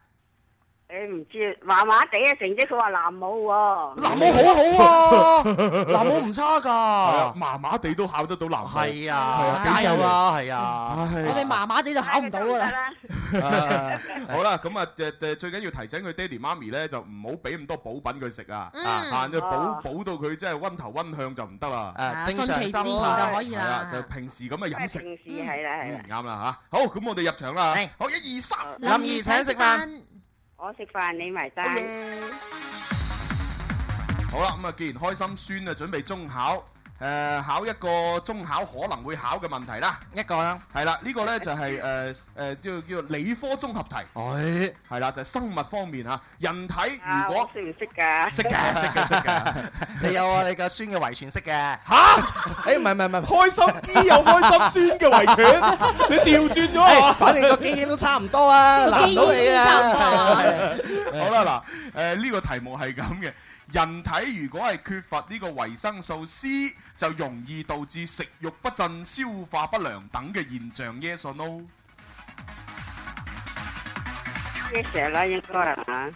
Speaker 17: 誒唔知，麻麻地啊成績，佢話南武喎。
Speaker 9: 南澳好好啊，南澳唔差
Speaker 7: 係
Speaker 9: 㗎
Speaker 7: 啊。麻麻地都考得到南澳。係
Speaker 9: 啊
Speaker 7: 幾
Speaker 9: 加油啊
Speaker 7: 犀利
Speaker 9: 係啊
Speaker 7: 唉
Speaker 12: 我哋麻麻地就考唔到㗎啦。
Speaker 9: Ờ,
Speaker 7: 啊好啦，咁啊，誒誒，最緊要提醒佢爹哋媽咪咧，就唔好俾咁多補品佢食啊，
Speaker 12: 嗯
Speaker 7: 啊，就補
Speaker 12: 哦
Speaker 7: 補到佢真係温頭温向就唔得啦，
Speaker 9: 啊正常順其自然心態就可以啦
Speaker 7: 係啊就平時咁嘅飲食，
Speaker 17: 平時係啦係啦
Speaker 7: 嗯，啱啦嚇。好，咁我哋入場啦，好一二三，
Speaker 17: 林怡請食飯。我食飯你埋單。
Speaker 7: 好啦，咁啊，既然開心酸啊，準備中考。誒考一個中考可能會考嘅問題啦，一個啦，係啦，呢個呢就係誒誒叫叫理科綜合題，係係啦，就係生物方面嚇，人體
Speaker 17: 啊，
Speaker 7: 如
Speaker 17: 我
Speaker 7: 果
Speaker 17: 識唔識㗎？
Speaker 7: 嗯識嘅，識嘅，識嘅。
Speaker 9: 你有啊，你個孫嘅遺傳識嘅。
Speaker 7: 嚇！
Speaker 9: 誒唔係唔係唔係，
Speaker 7: 開心醫有開心孫嘅 遺傳你調轉咗啊
Speaker 9: 誒反正個基因都差唔多啊，難唔到你 啊。
Speaker 7: 好啦，嗱，誒呃呢個題目係咁嘅，人體如果係缺乏呢個維生素 C，就容易導致食慾不振、消化不良等嘅現象。Yes or no？
Speaker 17: Yes sir 啦，應該係嘛？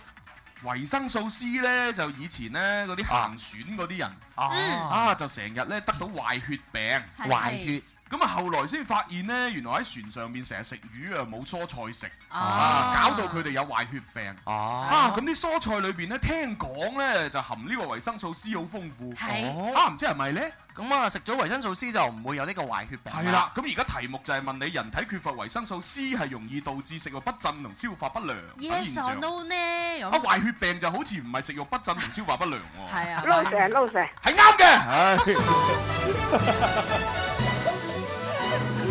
Speaker 7: 維生素 C 呢，就以前呢嗰啲行選嗰啲人啊，就成日呢得到壞血病，
Speaker 16: 係壞血。
Speaker 7: 咁啊，後來先發現呢，原來喺船上面成日食魚啊，冇蔬菜食
Speaker 16: 啊
Speaker 7: 啊，搞到佢哋有壞血病啊。咁啲蔬菜裏邊呢，聽講呢就含呢個維生素 C 好豐富。
Speaker 9: 係
Speaker 7: 啊，唔知係咪呢？
Speaker 9: 咁啊，食咗維生素 C 就唔會有呢個壞血病。
Speaker 7: 係啦，咁而家題目就係問你人體缺乏維生素 C 係容易導致食慾不振同消化不良等現
Speaker 13: Yes or
Speaker 7: 象。
Speaker 13: no 呢？
Speaker 7: 啊，
Speaker 13: 咁
Speaker 7: 壞血病就好似唔係食慾不振同消化不良喎。
Speaker 13: 係啊
Speaker 17: 撈 sir 撈 sir。
Speaker 7: 係啱 嘅。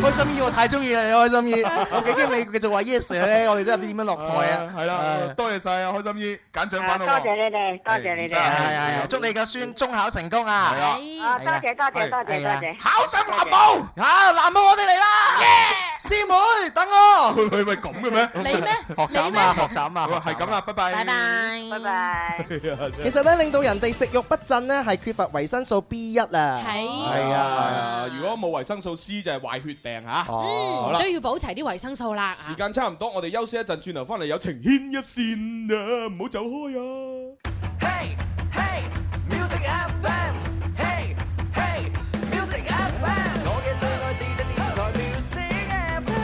Speaker 9: 開心姨，我太中意你，開 心姨。我幾驚你繼續話 yes sir 咧，我哋都係點樣落台啊？
Speaker 7: 係啦，多謝晒啊，開心姨揀獎品
Speaker 17: 啊
Speaker 7: 啦
Speaker 17: 多
Speaker 7: 喎。
Speaker 17: 謝你哋，多謝你
Speaker 7: 係
Speaker 17: 哋。
Speaker 9: 係係，祝你個孫中考成功啊！
Speaker 7: 係啊
Speaker 17: 啊，多謝多謝多謝
Speaker 9: 係
Speaker 17: 多
Speaker 9: 啊
Speaker 17: 謝。
Speaker 7: 考上南澳，
Speaker 9: 啊，南澳我哋嚟啦！師妹，等我。
Speaker 7: 佢佢咪咁嘅咩？
Speaker 9: 你咩學習啊學習啊
Speaker 7: 好係咁啦，拜拜。
Speaker 9: 拜
Speaker 13: 拜，
Speaker 17: 拜拜。
Speaker 9: 其實咧，令到人哋食慾不振咧，係缺乏維生素 B 一啊。係
Speaker 7: 係
Speaker 9: 啊。
Speaker 7: 啊，如果冇維生素 C 就係壞血病嚇。
Speaker 9: 哦
Speaker 7: 好啦
Speaker 12: 都。要補齊啲維生素啦。
Speaker 7: 時間差唔多，我哋休息一陣，轉頭翻嚟有情牽一線啊，唔好走開啊！
Speaker 5: Music FM，Hey Hey，Music FM，我嘅最愛是隻電台 Music FM。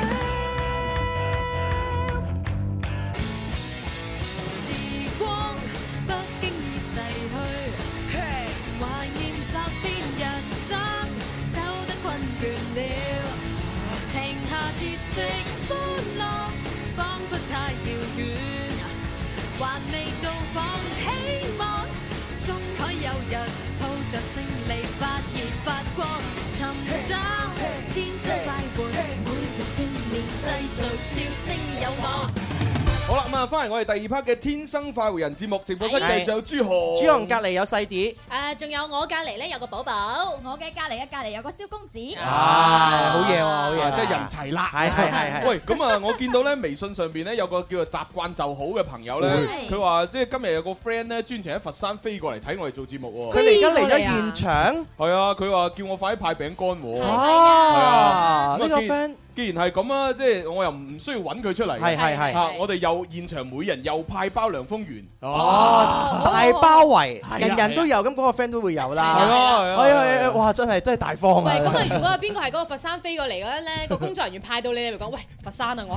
Speaker 18: 到訪希望，終可有日抱着勝利發熱發光，尋找天生快活，每日拼命製造笑聲有我。
Speaker 7: 好啦，咁啊，翻嚟我哋第二 part 嘅《天生快活人》節目直播室，繼
Speaker 9: 係
Speaker 7: 續有朱紅，
Speaker 9: 朱紅隔離有細碟，
Speaker 8: 誒，仲有我隔離咧有個寶寶，
Speaker 2: 我嘅隔離嘅隔離有個蕭公子，
Speaker 9: 啊，好嘢喎，好嘢
Speaker 7: 啊
Speaker 9: 喎，
Speaker 7: 真係人齊啦！
Speaker 9: 係係係係
Speaker 7: 喂，咁啊，我見到咧微信上邊咧有個叫做習慣就好嘅朋友咧，
Speaker 9: 嗯
Speaker 7: 佢話即係今日有個 friend 咧專程喺佛山飛過嚟睇我哋做節目喎。
Speaker 9: 佢哋而家嚟咗現場，
Speaker 7: 係啊，佢話叫我快啲派餅乾喎。
Speaker 9: 啊
Speaker 7: 係
Speaker 9: 呢個
Speaker 7: 既然
Speaker 9: friend
Speaker 7: 既然係咁啊，即係我又唔需要揾佢出嚟嘅。
Speaker 9: 係係係
Speaker 7: 啊我哋又現場每人又派包涼風丸。
Speaker 9: 哦，大包圍
Speaker 7: 係啊，
Speaker 9: 人人都有，咁嗰個 friend 都會有啦。
Speaker 7: 係啊係啊
Speaker 9: 哎呀哎呀，哇，真係真係大方
Speaker 12: 喂，
Speaker 9: 啊！
Speaker 12: 咁啊，如果有邊個係嗰個佛山飛過嚟嗰陣咧，個工作人員派到你，你咪講喂佛山啊，我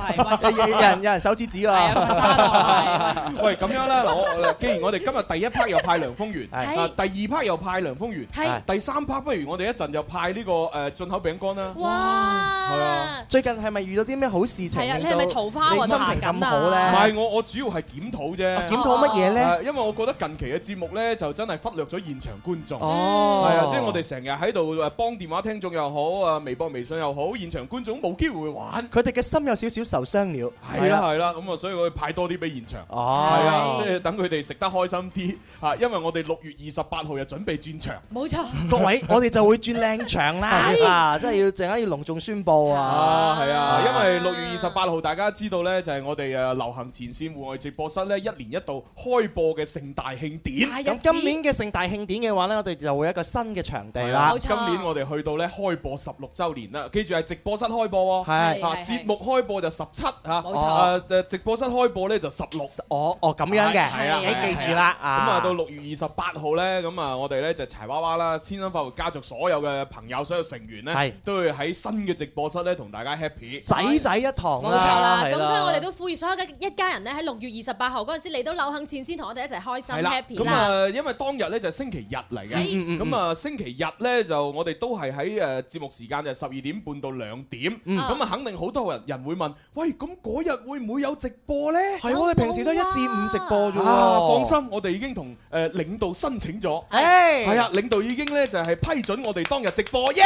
Speaker 9: 有
Speaker 12: 係
Speaker 9: 有有人有人手指指啊！
Speaker 7: 喂，咁樣啦，嗱，我我既然我哋今日第一 part 又派涼風圓，
Speaker 9: 係
Speaker 7: 啊，第二 part 又派涼風圓
Speaker 9: 係，
Speaker 7: 第三 part 不如我哋一陣就派呢個誒進口餅乾啦。係啊！
Speaker 9: 最近係咪遇到啲咩好事情？
Speaker 12: 係啊你
Speaker 9: 令
Speaker 12: 係咪
Speaker 9: 到
Speaker 12: 桃花
Speaker 9: 你
Speaker 12: 運
Speaker 9: 心情
Speaker 12: 行緊
Speaker 9: 咁
Speaker 12: 啊
Speaker 9: 好
Speaker 7: 唔
Speaker 9: 咧？
Speaker 7: 係我我主要係檢討啫。
Speaker 9: 啊檢討乜嘢呢
Speaker 7: 誒因為我覺得近期嘅節目咧就真係忽略咗現場觀眾。
Speaker 9: 哦
Speaker 7: 係啊，即係我哋成日喺度誒幫電話聽眾又好啊，微博、微信又好，現場觀眾冇機會玩。
Speaker 9: 佢哋嘅心有少少受傷了。
Speaker 7: 係啦，係啦，咁啊，所以我哋派多啲俾現場，係
Speaker 9: 哦
Speaker 7: 啊，即係等佢哋食得開心啲嚇，因為我哋六月二十八號又準備轉場，
Speaker 12: 冇錯。
Speaker 9: 各位， 我哋就會轉靚場
Speaker 12: 哎
Speaker 9: 啦！
Speaker 7: 係
Speaker 9: 啊，真係要陣間要隆重宣佈
Speaker 7: 啊，
Speaker 9: 啊！
Speaker 7: 係啊，因為六月二十八號大家知道呢，就係我哋誒流行前線戶外直播室呢，一年一度開播嘅盛大慶典。
Speaker 12: 啊
Speaker 9: 咁今年嘅盛大慶典嘅話呢，我哋就會有一個新嘅場地
Speaker 7: 係
Speaker 9: 啦。
Speaker 12: 啊
Speaker 7: 今年我哋去到呢開播十六週年啦，記住係直播室開播喎，
Speaker 9: 係
Speaker 7: 啊
Speaker 9: 係係
Speaker 7: 節目開播就十七嚇，
Speaker 9: 錯
Speaker 7: 啊誒直播室開播呢就十六。
Speaker 9: 哦哦咁樣嘅
Speaker 7: 係啊，，
Speaker 9: 你記住啦
Speaker 7: 咁啊，
Speaker 9: 啊！
Speaker 7: 到六月二十八號咧，咁啊，我哋咧就柴娃娃啦，天生快活家族所有嘅朋友、所有成員咧
Speaker 9: 係，
Speaker 7: 都會喺新嘅直播室咧同大家 happy。
Speaker 9: 仔仔一堂
Speaker 12: 冇錯啦，
Speaker 9: 啦，
Speaker 12: 咁
Speaker 9: 係
Speaker 12: 所以我哋都呼籲所有嘅一家人咧，喺六月二十八號嗰陣時嚟到流行前線，同我哋一齊開心
Speaker 7: 係啦，
Speaker 12: happy
Speaker 7: 咁
Speaker 12: 啦。
Speaker 7: 啊，因為當日咧就係星期日嚟嘅，
Speaker 12: 係
Speaker 7: 咁啊星期日咧就我哋都係喺誒節目時間就十二點半到兩點，
Speaker 9: 嗯
Speaker 7: 咁啊肯定好多人人會問，喂，咁嗰日會唔會有直播咧？
Speaker 9: 係喎我哋平時都一至五直播啫喎。
Speaker 7: 啊，放心，我哋已經同誒領導申請咗，
Speaker 9: 係
Speaker 7: 係啊，領導已經咧就係批准我哋當日直播，耶！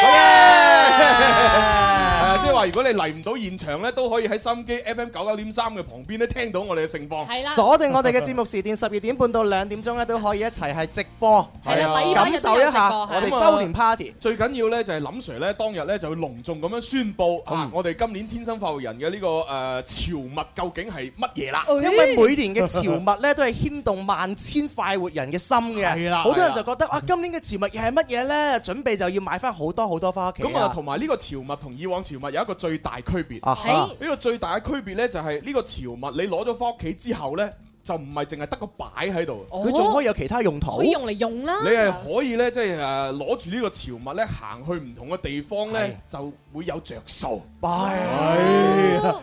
Speaker 7: 係啊，即係話如果你嚟唔到現場咧，都可以喺收音機 FM 九九點三嘅旁邊咧聽到我哋嘅盛況。
Speaker 9: 鎖定我哋嘅節目時段，十二點半到兩點鐘咧都可以一齊係直播，
Speaker 7: 係啊啦禮拜日
Speaker 9: 感受一下
Speaker 7: 都有直播係啊
Speaker 9: 我哋周年 party。
Speaker 7: 最緊要咧就係林 Sir 咧當日咧就會隆重咁樣宣佈
Speaker 9: 嗯
Speaker 7: 啊，我哋今年天生快活人嘅呢個呃誒潮物究竟係乜嘢啦？
Speaker 9: 因為每年嘅潮物咧都係牽動萬千快活人嘅心
Speaker 7: 係
Speaker 9: 嘅，
Speaker 7: 啦
Speaker 9: 好多人
Speaker 7: 係啦
Speaker 9: 就覺得啊，今年嘅潮物又係乜嘢咧？準備就要買翻好多好多翻屋企
Speaker 7: 咁啊，
Speaker 9: 啦。
Speaker 7: 同埋呢個潮物同以往潮物有一個最大區別。
Speaker 9: 啊哈係
Speaker 7: 呢個最大嘅區別呢，就係呢個潮物你攞咗翻屋企之後呢，就唔係淨係得個擺喺度。
Speaker 9: 佢仲可以有其他用途
Speaker 12: 可以。用嚟用啦。
Speaker 7: 你係可以呢，即係誒攞住呢個潮物呢，行去唔同嘅地方呢，就會有着數。
Speaker 9: 係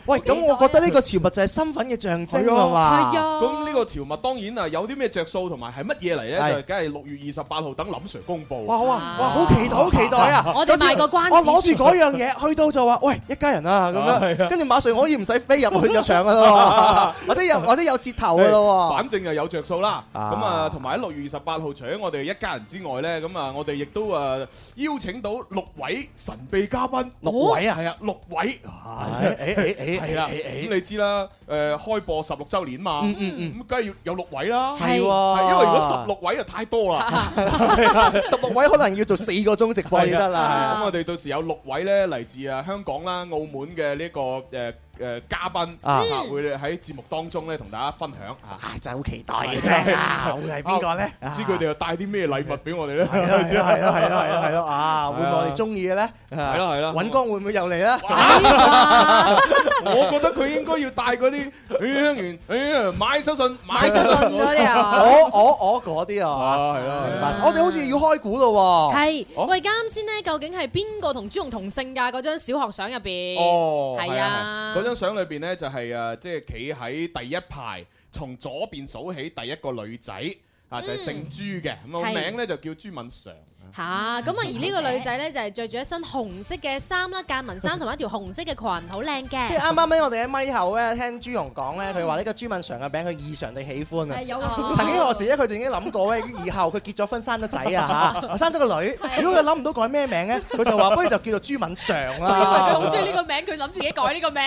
Speaker 9: 喂，
Speaker 7: 啊
Speaker 9: 咁我覺得呢個潮物就係身份嘅象徵啊嘛。
Speaker 7: 咁呢個潮物當然啊，有啲咩着數同埋係乜嘢嚟呢？
Speaker 9: 係
Speaker 7: 就梗係六月二十八號等林 Sir 公佈。
Speaker 9: 哇哇哇！好期待，好期待啊！
Speaker 12: 我哋賣個關子
Speaker 9: 我攞住嗰樣嘢去到就話：喂，一家人 啊咁
Speaker 7: 啊係啊
Speaker 9: 樣，跟住馬上可以唔使飛入去入場噶 咯喎，或者有或者有折頭噶咯
Speaker 7: 誒
Speaker 9: 喎。
Speaker 7: 反正又有着數啦。
Speaker 9: 啊
Speaker 7: 咁啊，同埋喺六月二十八號，除咗我哋一家人之外呢，咁啊，我哋亦都誒邀請到六位神秘嘉賓。
Speaker 9: 六位啊
Speaker 7: 係啊，六位。
Speaker 9: 誒 誒誒誒
Speaker 7: 係啦，
Speaker 9: 誒誒
Speaker 7: 咁你知啦，誒開播十六週年嘛，
Speaker 9: 嗯嗯嗯
Speaker 7: 咁梗係要有六位啦。
Speaker 9: 係喎
Speaker 7: 係因為如 果十六位就太多啦。
Speaker 9: 十六位可能要做四個鐘直播先得
Speaker 7: 係啊咁
Speaker 9: 啦。
Speaker 7: 我哋到時有六位咧嚟自啊香港啦、澳門嘅呢個誒誒嘉賓
Speaker 9: 啊
Speaker 7: 啊，會喺節目當中咧同大家分享啊。
Speaker 9: 唉，真係好期待嘅啫。啊會係邊個咧？
Speaker 7: 唔知佢哋又帶啲咩禮物俾我哋咧？
Speaker 9: 係咯係 咯係咯係咯係咯啊！會唔會我哋中意嘅咧？
Speaker 7: 係咯係咯
Speaker 9: 尹光會唔會又嚟咧？
Speaker 7: 我覺得佢應該要帶嗰啲誒香園誒買手信買
Speaker 9: 我我我嗰啲啊，
Speaker 7: 係咯
Speaker 9: 明白我哋好似要開估咯喎。
Speaker 12: 係，喂，啱先咧，究竟係邊個同朱紅同姓㗎？嗰張小學相入邊，
Speaker 7: 哦，
Speaker 12: 係啊
Speaker 7: 係嗰張相裏邊咧就係誒，即係企喺第一排，從左邊數起第一個女仔啊，就係姓朱嘅，咁個
Speaker 12: 係
Speaker 7: 名咧就叫朱敏常。
Speaker 8: 嚇，咁啊而呢個女仔咧就係着住一身紅色嘅衫啦，間紋衫同埋一條紅色嘅裙，好靚 嘅。
Speaker 9: 即係啱啱咧，我哋喺咪後咧聽朱紅講咧，佢話呢個朱敏常嘅名佢異常地喜歡
Speaker 8: 係有
Speaker 9: 啊
Speaker 8: 啊！
Speaker 9: 曾經何時咧，佢就已經諗過咧，以後佢結咗婚生咗仔 啊嚇，生咗個女，如果佢諗唔到改咩名咧，佢就話不如就叫做朱敏常
Speaker 8: 因為佢
Speaker 9: 啦。
Speaker 8: 好中意呢個名，佢諗自己改呢個名。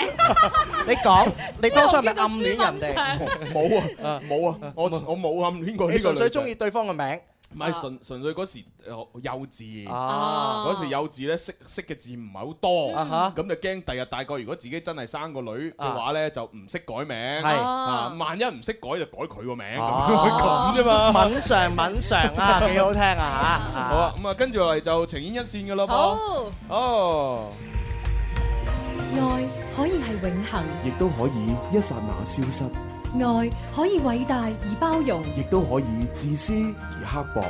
Speaker 9: 你講，你當初係咪暗戀人
Speaker 8: 朱
Speaker 9: 哋？
Speaker 7: 冇啊， 冇啊，我我冇暗戀過
Speaker 9: 你
Speaker 7: 呢個女仔。
Speaker 9: 純粹中意對方嘅名。
Speaker 7: 唔係純純粹嗰時呃幼稚，
Speaker 9: 啊
Speaker 7: 嗰時幼稚咧識識嘅字唔係好多，
Speaker 9: 啊哈啊
Speaker 7: 咁就驚第日大個如果自己真係生個女嘅話咧，就唔識改名，
Speaker 9: 係
Speaker 7: 啊，萬一唔識改就改佢個名
Speaker 9: 哦
Speaker 7: 咁啫嘛。
Speaker 9: 敏常敏常啊，幾好聽啊嚇！
Speaker 7: 好啊，咁啊跟住落嚟就情牽一線嘅咯
Speaker 1: 好
Speaker 7: 噃。哦，
Speaker 1: 愛可以係永恒，
Speaker 19: 亦都可以一刹那消失，
Speaker 1: 愛可以偉大而包容，
Speaker 19: 亦都可以自私而刻薄，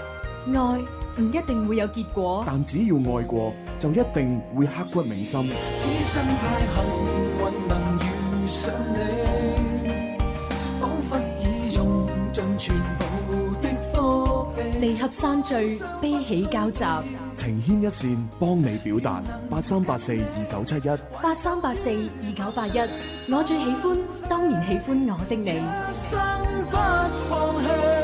Speaker 1: 愛唔一定會有結果。
Speaker 19: 但只要愛過，就一定會刻骨銘心。
Speaker 18: 此生太幸運能遇上你，彷彿已用盡全部的福氣。
Speaker 1: 離合散聚，悲喜交集。
Speaker 19: 情牽一線，幫你表達。八三八四二九七一。
Speaker 1: 八三八四二九八一，我最喜歡，當然喜歡我的你。
Speaker 18: 一生不放棄。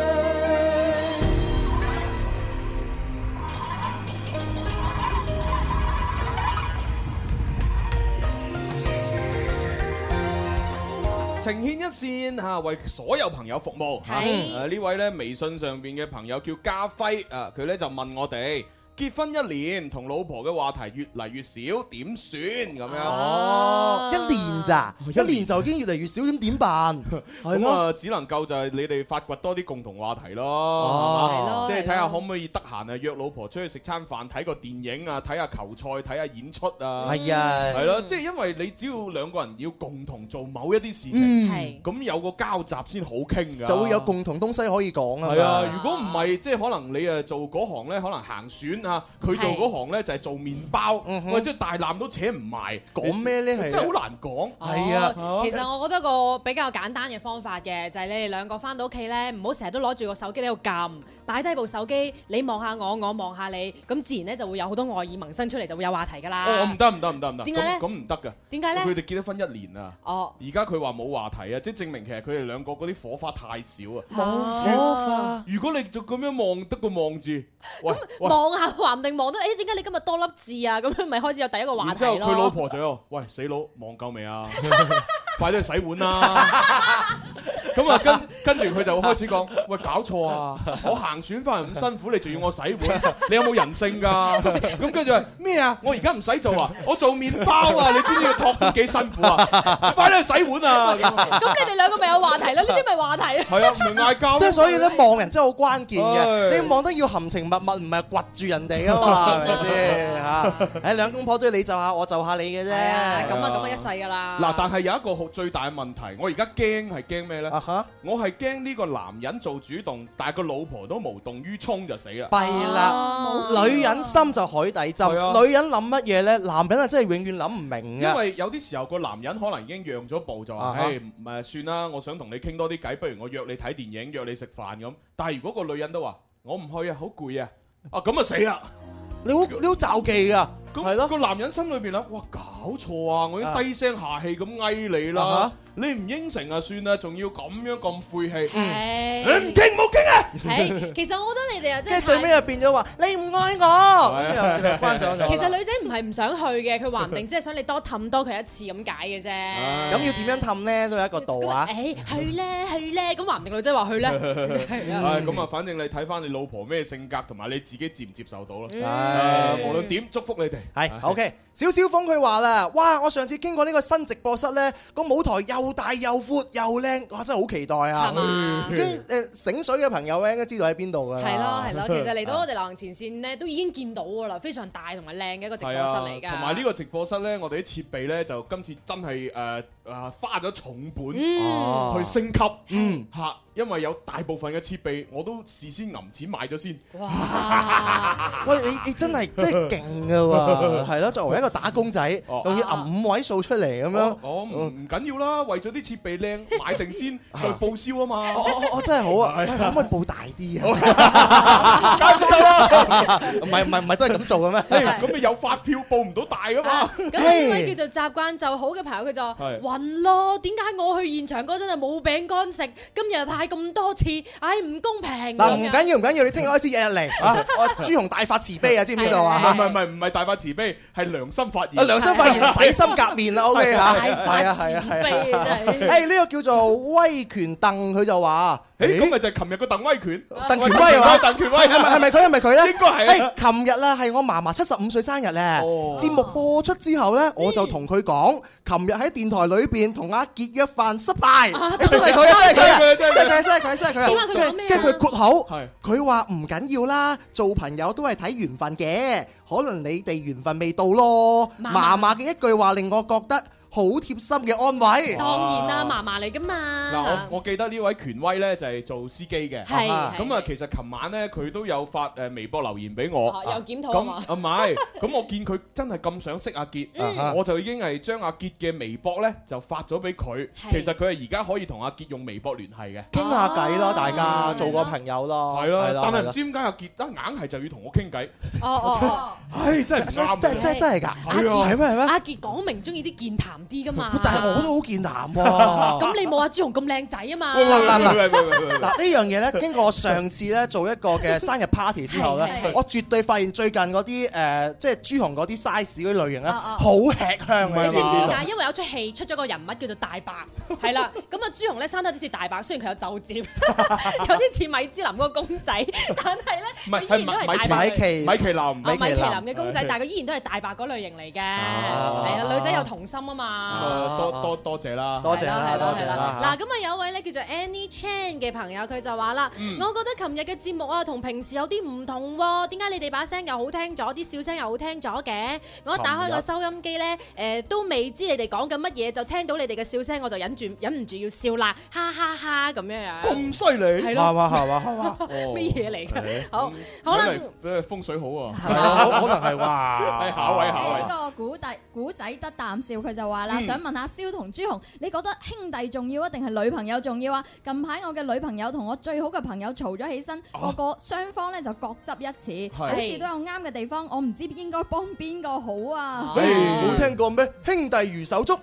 Speaker 7: 情牽一線嚇，為所有朋友服務嚇。
Speaker 18: 係
Speaker 7: 誒呢位咧微信上邊嘅朋友叫家輝啊，佢咧就問我哋。結婚一年，同老婆嘅話題越嚟越少，點算咁樣？
Speaker 9: 哦，一年咋？一年就已經越嚟越少，咁點辦？係
Speaker 7: 咁
Speaker 9: 咯。
Speaker 7: 啊，只能夠就係你哋發掘多啲共同話題咯
Speaker 9: 哦，
Speaker 7: 係嘛即係睇
Speaker 9: 係
Speaker 7: 下
Speaker 9: 咯
Speaker 7: 可唔可以得閒啊約老婆出去食餐飯，睇個電影啊，睇下球賽，睇下演出啊，
Speaker 9: 係啊
Speaker 7: 係咯，即係因為你只要兩個人要共同做某一啲事
Speaker 9: 嗯
Speaker 7: 情，
Speaker 9: 係
Speaker 7: 咁有個交集先好傾㗎，
Speaker 9: 就會有共同東西可以講啊嘛。
Speaker 7: 係啊，如果唔係，即係可能你誒啊做嗰行咧，可能行船啊，佢做嗰行咧就係做麵包，喂，即係大攬都扯唔埋，
Speaker 9: 嗯講咩呢係啊
Speaker 7: 真係好難講。
Speaker 9: 係啊
Speaker 8: 哦其實我覺得個比較簡單嘅方法嘅，就係、你哋兩個翻到屋企咧，唔好成日都攞住個手機喺度撳，擺低部手機，你望下我，我望下你，咁自然咧就會有好多愛意萌生出嚟，就會有話題
Speaker 9: 啊
Speaker 8: 㗎啦。
Speaker 7: 哦，唔得唔得唔得唔得，
Speaker 8: 點解呢
Speaker 7: 咁咁唔得㗎。
Speaker 8: 點解呢
Speaker 7: 佢哋結咗婚一年啊。
Speaker 8: 哦，
Speaker 7: 而家佢話冇話題啊，即係證明其實佢哋兩個嗰啲火花太少啊！
Speaker 8: 冇火花
Speaker 7: 如果你就咁樣望得個望住，喂喂
Speaker 8: 望下話唔定望到，誒點解你今日多粒字啊？咁樣咪開始有第一個話
Speaker 7: 然
Speaker 8: 題
Speaker 7: 之後
Speaker 8: 咯。
Speaker 7: 佢老婆就喺度：喂死佬望夠未啊？ 快啲去洗碗 啦！咁啊，跟跟住佢就開始講：喂，搞錯啊！我行選翻嚟咁辛苦，你仲要我洗碗？你有冇人性㗎？咁跟住話咩啊？我而家唔使做啊，我做麵包啊！你知唔知要托盤幾辛苦啊？快啲去洗碗啊！咁
Speaker 8: 咁你哋兩個咪有話題咯？呢啲咪話題 啊？
Speaker 7: 係啊，唔嗌交。
Speaker 9: 即係所以咧，望人真係好關鍵
Speaker 7: 唉
Speaker 9: 嘅。你望得要含情脈脈，唔係掘住人哋 啊嘛，係咪先嚇？誒兩公婆都要你就下我就下你嘅啫。
Speaker 8: 咁啊咁啊一世㗎啦。
Speaker 7: 嗱，但係有一個好最大嘅問題，我而家驚係驚咩
Speaker 9: 啊 Uh-huh。
Speaker 7: 呢？我係驚呢個男人做主動，但係個老婆都無動於衷就死啦。
Speaker 8: 哦
Speaker 9: 弊啦，女人心就海底針，女人諗乜嘢咧？男人啊真係永遠諗唔明
Speaker 7: 因
Speaker 9: 嘅。
Speaker 7: 為有啲時候個男人可能已經讓咗步，就
Speaker 9: 啊
Speaker 7: 話：，
Speaker 9: 哈
Speaker 7: 誒唔誒算啦，我想同你傾多啲偈，不如我約你睇電影，約你食飯咁。但係如果個女人都話：我唔去啊，好攰啊，啊咁啊死啦！
Speaker 9: 你好你好罩忌㗎，
Speaker 7: 係咯。個男人心裏邊諗：哇，搞錯啊！我已經低聲下氣咁嗌你
Speaker 9: 啊
Speaker 7: 啦
Speaker 9: 哈，
Speaker 7: 你唔應承啊，算啦，仲要咁樣咁晦氣，
Speaker 8: 嗯
Speaker 7: 你唔傾冇傾啊！
Speaker 8: 係，其實我覺得你哋啊，即
Speaker 9: 跟
Speaker 8: 係
Speaker 9: 住最尾又變咗話你唔愛我，
Speaker 7: 係
Speaker 9: 咁樣關咗咗。
Speaker 8: 其實女仔唔係唔想去嘅，佢話唔定即係想你多氹多佢一次咁解嘅啫。
Speaker 9: 咁要點樣氹咧？都有一個度啊。
Speaker 8: 誒去咧去咧，咁話唔定女仔話去咧，係啊
Speaker 7: 唉咁啊，反正你睇翻你老婆咩性格，同埋你自己接唔接受到咯。
Speaker 9: 嗯
Speaker 7: 唉無論點，祝福你哋。
Speaker 9: 係 OK，小小峰佢話啦，哇！我上次經過呢個新直播室呢，個舞台又大又闊又靚，哇！真係好期待
Speaker 8: 係
Speaker 9: 啊
Speaker 8: 嘛！
Speaker 9: 跟住誒醒水嘅朋友咧，應該知道喺邊度㗎啦。
Speaker 8: 係咯係咯，啊其實嚟到我哋流行前線咧，都已經見到㗎啦，非
Speaker 7: 啊
Speaker 8: 啊常大同埋靚嘅一個直播室嚟㗎。
Speaker 7: 同埋呢個直播室呢，我哋啲設備呢，就今次真係誒誒花咗重本
Speaker 8: 嗯哦
Speaker 7: 去升級，嗯嚇，因為有大部分嘅設備我都事先揞錢買咗先。
Speaker 9: 喂，你你真係真係勁㗎喎，係咯，作為一個打工仔，
Speaker 7: 哦
Speaker 9: 仲要揞五位數出嚟咁樣
Speaker 7: 我，我唔唔緊要啦，為咗啲設備靚買 定先，再報銷啊嘛。
Speaker 9: 我我真係好啊，喂可唔可以報大啲啊？唔係 唔係唔係都係咁做嘅咩？
Speaker 7: 咁你有發票報唔到大噶嘛？
Speaker 8: 咁呢位叫做習慣就好嘅朋友，佢就話
Speaker 7: 係
Speaker 8: 暈咯，點解我去現場嗰陣就冇餅乾食，今日派咁多次，唉唔公平
Speaker 9: 嗱，唔
Speaker 8: 咁樣
Speaker 9: 緊要唔緊要，你聽日開始日日嚟啊！我朱紅大發慈悲啊，知唔知道啊？
Speaker 7: 唔係唔係唔係大發慈悲，係良心發
Speaker 9: 啊
Speaker 7: 現。
Speaker 9: 良心發現，洗心革面啦，OK 嚇，係啊係啊係啊！ 誒呢個叫做威權鄧，佢就話：，
Speaker 7: 誒咁咪啊就係琴日個鄧威權，
Speaker 9: 鄧權威啊嘛，
Speaker 7: 鄧權威
Speaker 9: 係咪係咪佢係咪哦佢 咧？
Speaker 7: 應該係啊。
Speaker 9: 誒，琴日啦係我嫲嫲七十五歲生日咧，節目播出之後咧，我就同佢講，琴日喺電台裏邊同阿傑約飯失敗，誒真係佢 啊，真係佢啊，真係佢啊，真係佢啊，真係佢啊！
Speaker 8: 點啊佢講咩啊
Speaker 9: 跟住佢括號，佢話唔緊要啦，做朋友都係睇緣分嘅，可能你哋緣分未到咯。
Speaker 8: 嫲
Speaker 9: 嫲嫲嘅一句話令我覺得好貼心嘅安慰。
Speaker 8: 當然啦，嫲嫲嚟噶嘛
Speaker 7: 嗱，。我我記得呢位權威咧就係做司機嘅，
Speaker 8: 係
Speaker 7: 啊
Speaker 8: 係
Speaker 7: 咁啊，其實琴晚咧佢都有發誒微博留言俾我
Speaker 8: 哦，有檢討啊
Speaker 7: 咁
Speaker 8: 嘛
Speaker 7: 啊唔係， 咁我見佢真係咁想識阿傑
Speaker 8: 嗯，
Speaker 7: 我就已經係將阿傑嘅微博咧就發咗俾佢。
Speaker 9: 係
Speaker 7: 其實佢係而家可以同阿傑用微博聯繫嘅。
Speaker 9: 傾下偈咯，大家做個朋友咯。
Speaker 7: 係啦，但
Speaker 9: 係
Speaker 7: 係唔知點解阿傑得硬係就要同我 傾偈，
Speaker 8: 哦哦哦，
Speaker 7: 唉真係唔啱啊。
Speaker 9: 真真真係㗎，係咩係咩？
Speaker 8: 阿傑講明中意啲健談啲噶嘛。
Speaker 9: 但係我都好健談喎。
Speaker 8: 咁你冇阿朱紅咁靚仔 啊嘛。
Speaker 9: 喂喂喂嗱
Speaker 7: 喂喂喂
Speaker 9: 嗱呢樣嘢咧，經過我上次咧做一個嘅生日 party 之後咧
Speaker 8: 係係，
Speaker 9: 我絕對發現最近嗰啲誒，即係朱紅嗰啲 size 嗰啲類型咧，
Speaker 8: 啊啊
Speaker 9: 好吃香嘅。
Speaker 8: 你知唔知點啊解？因為有出戲出咗個人物叫做大 白，係啦。咁啊，朱紅咧生得有啲似大白，雖然佢有皺 褶，有啲似米芝蓮嗰個公仔， 但係咧
Speaker 7: 唔
Speaker 8: 佢
Speaker 7: 係
Speaker 8: 依然都係
Speaker 7: 係
Speaker 8: 大白
Speaker 7: 米
Speaker 8: 類。
Speaker 7: 奇米奇林
Speaker 8: 啊，米奇林嘅公仔，但係佢依然都係大白嗰類型嚟嘅，
Speaker 9: 啊
Speaker 8: 係啦，女仔有童心啊嘛。
Speaker 7: 啊多多多謝啦，
Speaker 9: 多謝啦
Speaker 8: 係啦係
Speaker 9: 多謝
Speaker 8: 啦
Speaker 9: 啦
Speaker 8: 嗱，咁啊有位咧叫做 Annie Chan 嘅朋友，佢就話啦：，
Speaker 7: 嗯
Speaker 8: 我覺得琴日嘅節目啊，同平時有啲唔同喎，點解你哋把聲又好聽咗，啲笑聲又好聽咗嘅？我一打開個收音機咧，誒、都未知你哋講緊乜嘢，就聽到你哋嘅笑聲，我就忍住忍唔住要笑啦，哈哈哈咁樣樣。
Speaker 7: 咁犀利，
Speaker 8: 係咯係嘛係
Speaker 9: 嘛係嘛，
Speaker 8: 咩嘢嚟㗎
Speaker 7: 嘅
Speaker 8: 好
Speaker 9: 嗯
Speaker 8: 好啦
Speaker 7: 風水好喎，
Speaker 9: 係啊可可能係 哇
Speaker 7: 係哎下一位下一
Speaker 2: 呢
Speaker 7: 位。
Speaker 2: 個古仔古仔得啖笑，佢就話啦，
Speaker 7: 嗯
Speaker 2: 想問下蕭同朱紅，你覺得兄弟重要啊，定係女朋友重要啊？近排我嘅女朋友同我最好嘅朋友嘈咗起身，個個雙方咧就各執一詞，好似都有啱嘅地方，我唔知應該幫邊個好
Speaker 8: 嗯
Speaker 2: 啊？
Speaker 9: 誒哎冇聽過咩？兄弟如手足，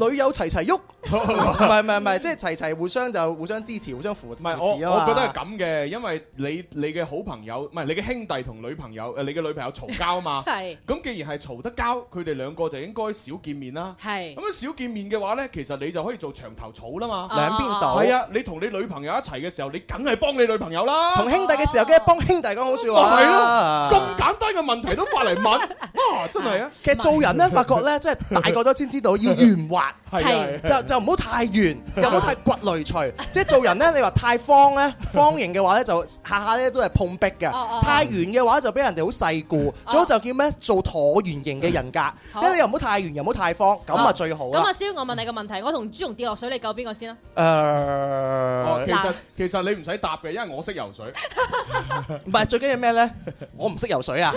Speaker 9: 女友齊齊喐。唔係唔係唔係，即係齊齊互相就互相支持，互相扶持啊
Speaker 7: 唔係我，我覺得係咁嘅，因為你你嘅好朋友，唔係你嘅兄弟同女朋友，誒你嘅女朋友嘈交啊 嘛。
Speaker 8: 係
Speaker 7: 咁既然係嘈得交，佢哋兩個就應該少見面啦。
Speaker 8: 係
Speaker 7: 咁樣少見面嘅話呢，其實你就可以做牆頭草啦嘛。
Speaker 9: 兩邊倒
Speaker 7: 係啊，你同你女朋友一齊嘅時候，你梗係幫你女朋友啦。
Speaker 9: 同兄弟嘅時候，梗係幫兄弟講好説話
Speaker 7: 哦係
Speaker 9: 啦
Speaker 7: 咯，。咁簡單嘅問題都發嚟 問，啊真係啊！
Speaker 9: 其實做人咧，發覺 咧，即係大個咗先知道要 圓滑，
Speaker 7: 係啊係
Speaker 9: 就就唔好太 圓，又唔好太骨累捶。即係做人咧，你話太方咧， 方形嘅話咧就下下咧都係碰壁嘅
Speaker 8: 哦哦；
Speaker 9: 太圓嘅話就俾人哋好世故。
Speaker 7: 哦
Speaker 9: 最好就叫咩做橢圓形嘅人格，
Speaker 8: 好
Speaker 9: 即係你又唔好太圓，又唔好太方，咁
Speaker 7: 哦
Speaker 9: 啊最好
Speaker 8: 咁阿
Speaker 9: 啦。
Speaker 8: 蕭，我問你個問題，我同朱紅跌落水，你救邊個先啊？
Speaker 7: 哦
Speaker 9: 誒
Speaker 7: 其實其實你唔使答嘅，因為我識游水。
Speaker 9: 唔係最緊要咩咧？我唔識游 水啊！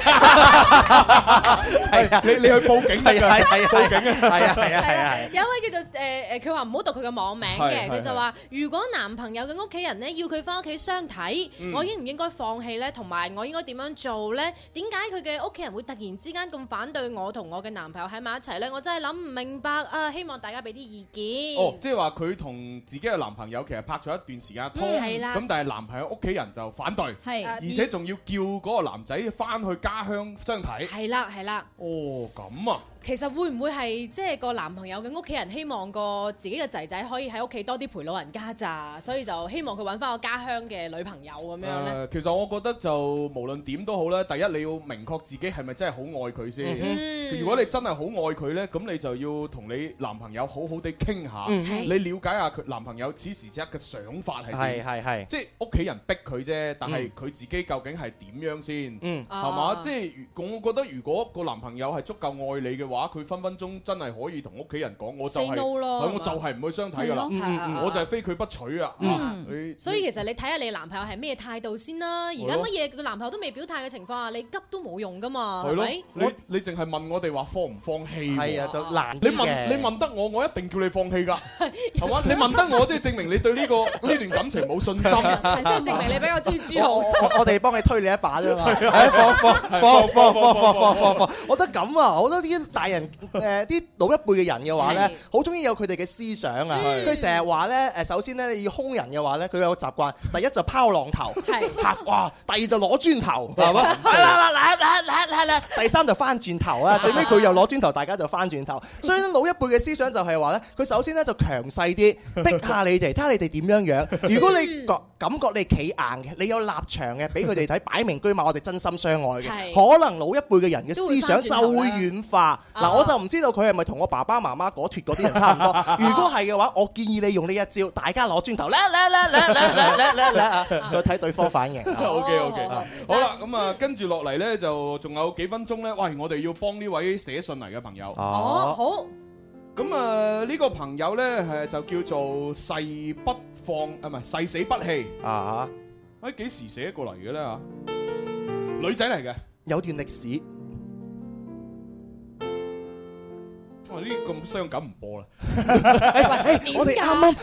Speaker 9: 係啊，
Speaker 7: 你你去報警得
Speaker 9: 係啊
Speaker 7: 㗎，
Speaker 9: 係啊
Speaker 7: 報警啊！
Speaker 9: 係啊係啊係啊！
Speaker 8: 有一位叫做誒誒，佢話唔好讀佢嘅網名嘅，
Speaker 9: 係
Speaker 8: 佢
Speaker 9: 係
Speaker 8: 就話：如果男朋友嘅屋企人咧要佢翻屋企相睇，
Speaker 9: 嗯
Speaker 8: 我應唔應該放棄咧？同埋我應該點樣做咧？點解佢嘅屋企人會突然之間咁反對我同我嘅男朋友喺埋一齊咧？我真係諗唔明白啊！希望大家俾啲意見。
Speaker 7: 哦，即係話佢同自己嘅男朋友其實拍咗一段時間嘅拖，
Speaker 8: 嗯係啦
Speaker 7: 咁但係男朋友屋企人就反對，
Speaker 8: 係
Speaker 7: 而且仲要叫嗰個男仔翻去家鄉相睇。
Speaker 8: 係啦係啦，
Speaker 7: 哦，咁啊，
Speaker 8: 其實會唔會係即係個男朋友嘅屋企人希望個自己嘅仔仔可以喺屋企多啲陪老人家咋，所以就希望佢揾翻個家鄉嘅女朋友咁樣咧？
Speaker 7: 誒，其實我覺得就無論點都好啦，第一你要明確自己係咪真係好愛佢
Speaker 8: 嗯
Speaker 7: 先。如果你真係好愛佢呢，咁你就要同你男朋友好好地傾下，
Speaker 9: 嗯
Speaker 7: 你了解下佢男朋友此時此刻嘅想法係
Speaker 9: 係
Speaker 7: 點。
Speaker 9: 係係。
Speaker 7: 即係屋企人逼佢啫，但係佢自己究竟係點樣先？
Speaker 9: 嗯
Speaker 7: 係嘛？
Speaker 8: 哦
Speaker 7: 即係如我覺得，如果個男朋友係足夠愛你嘅話，佢分分鐘真係可以同屋企人講，我就
Speaker 12: Say
Speaker 7: 係
Speaker 12: no 咯
Speaker 7: 係我就係唔去相睇㗎啦嗯
Speaker 12: 係咯係啊，
Speaker 7: 我就係非佢不娶啊！啊你
Speaker 12: 所以其實你睇下你男朋友係咩態度先啦。而家
Speaker 7: 係咯
Speaker 12: 乜嘢佢男朋友都未表態嘅情況下，你急都冇用噶嘛，
Speaker 7: 係
Speaker 12: 係
Speaker 7: 咯
Speaker 12: 咪？，
Speaker 7: 你你淨係問我哋話放唔放棄喎？
Speaker 9: 係啊就難
Speaker 7: 你
Speaker 9: 啲
Speaker 7: 問
Speaker 9: 嘅
Speaker 7: 你問得我，我一定叫你放棄 㗎，係嘛？你問得我，即係證明你對呢個呢段感情冇信 心，
Speaker 12: 即係證明你比較中意朱
Speaker 9: 我
Speaker 12: 浩。
Speaker 9: 我我哋幫你推你一把啫嘛，
Speaker 7: 係啊
Speaker 9: 係放放放
Speaker 7: 係放
Speaker 9: 放放
Speaker 7: 放放
Speaker 9: 放
Speaker 7: 放
Speaker 9: 放放放，我覺得咁啊，好多啲大人誒啲老一輩嘅人嘅話咧，好中意有佢哋嘅思想啊，
Speaker 7: 係
Speaker 9: 佢成日話咧誒，首先咧你要兇人嘅話咧，佢有個習 慣，第一就拋浪頭，嚇哇，第二就攞磚頭，係嘛？係啦啦啦啦啦啦，第三就翻轉頭 啊，最尾佢又攞磚頭，大家就翻轉頭，所以咧老一輩嘅思想就係話咧，佢首先咧就強勢啲，逼下你哋，睇下你哋點樣樣。如果你覺感覺你企硬嘅，你有立場嘅，俾佢哋睇，擺明居馬，我哋真心相愛嘅。
Speaker 6: 係
Speaker 9: 可能老一輩嘅人嘅思想就會軟化。
Speaker 6: 都會翻轉頭啦啊
Speaker 9: 嗱，我就唔知道佢係咪同我爸爸媽媽嗰脱嗰啲人差唔多。如果係嘅話，我建議你用呢一招，大家攞磚頭，啦啦啦啦啦啦啦啦啦啊再睇對方反應。
Speaker 7: O K O K，好啦，咁啊，跟住落嚟呢，就仲有幾分鐘呢。喂，我哋要幫呢位寫信嚟嘅朋友。
Speaker 12: 哦，好。
Speaker 7: 咁啊，呢個朋友呢，係就叫做誓不放啊，唔係誓死不棄
Speaker 9: 啊。
Speaker 7: 喂，幾時寫過嚟嘅呢？啊？女仔嚟嘅。
Speaker 9: 有段歷史。
Speaker 7: 哇！呢啲咁傷感唔播啦。
Speaker 9: 喂哎我哋啱啱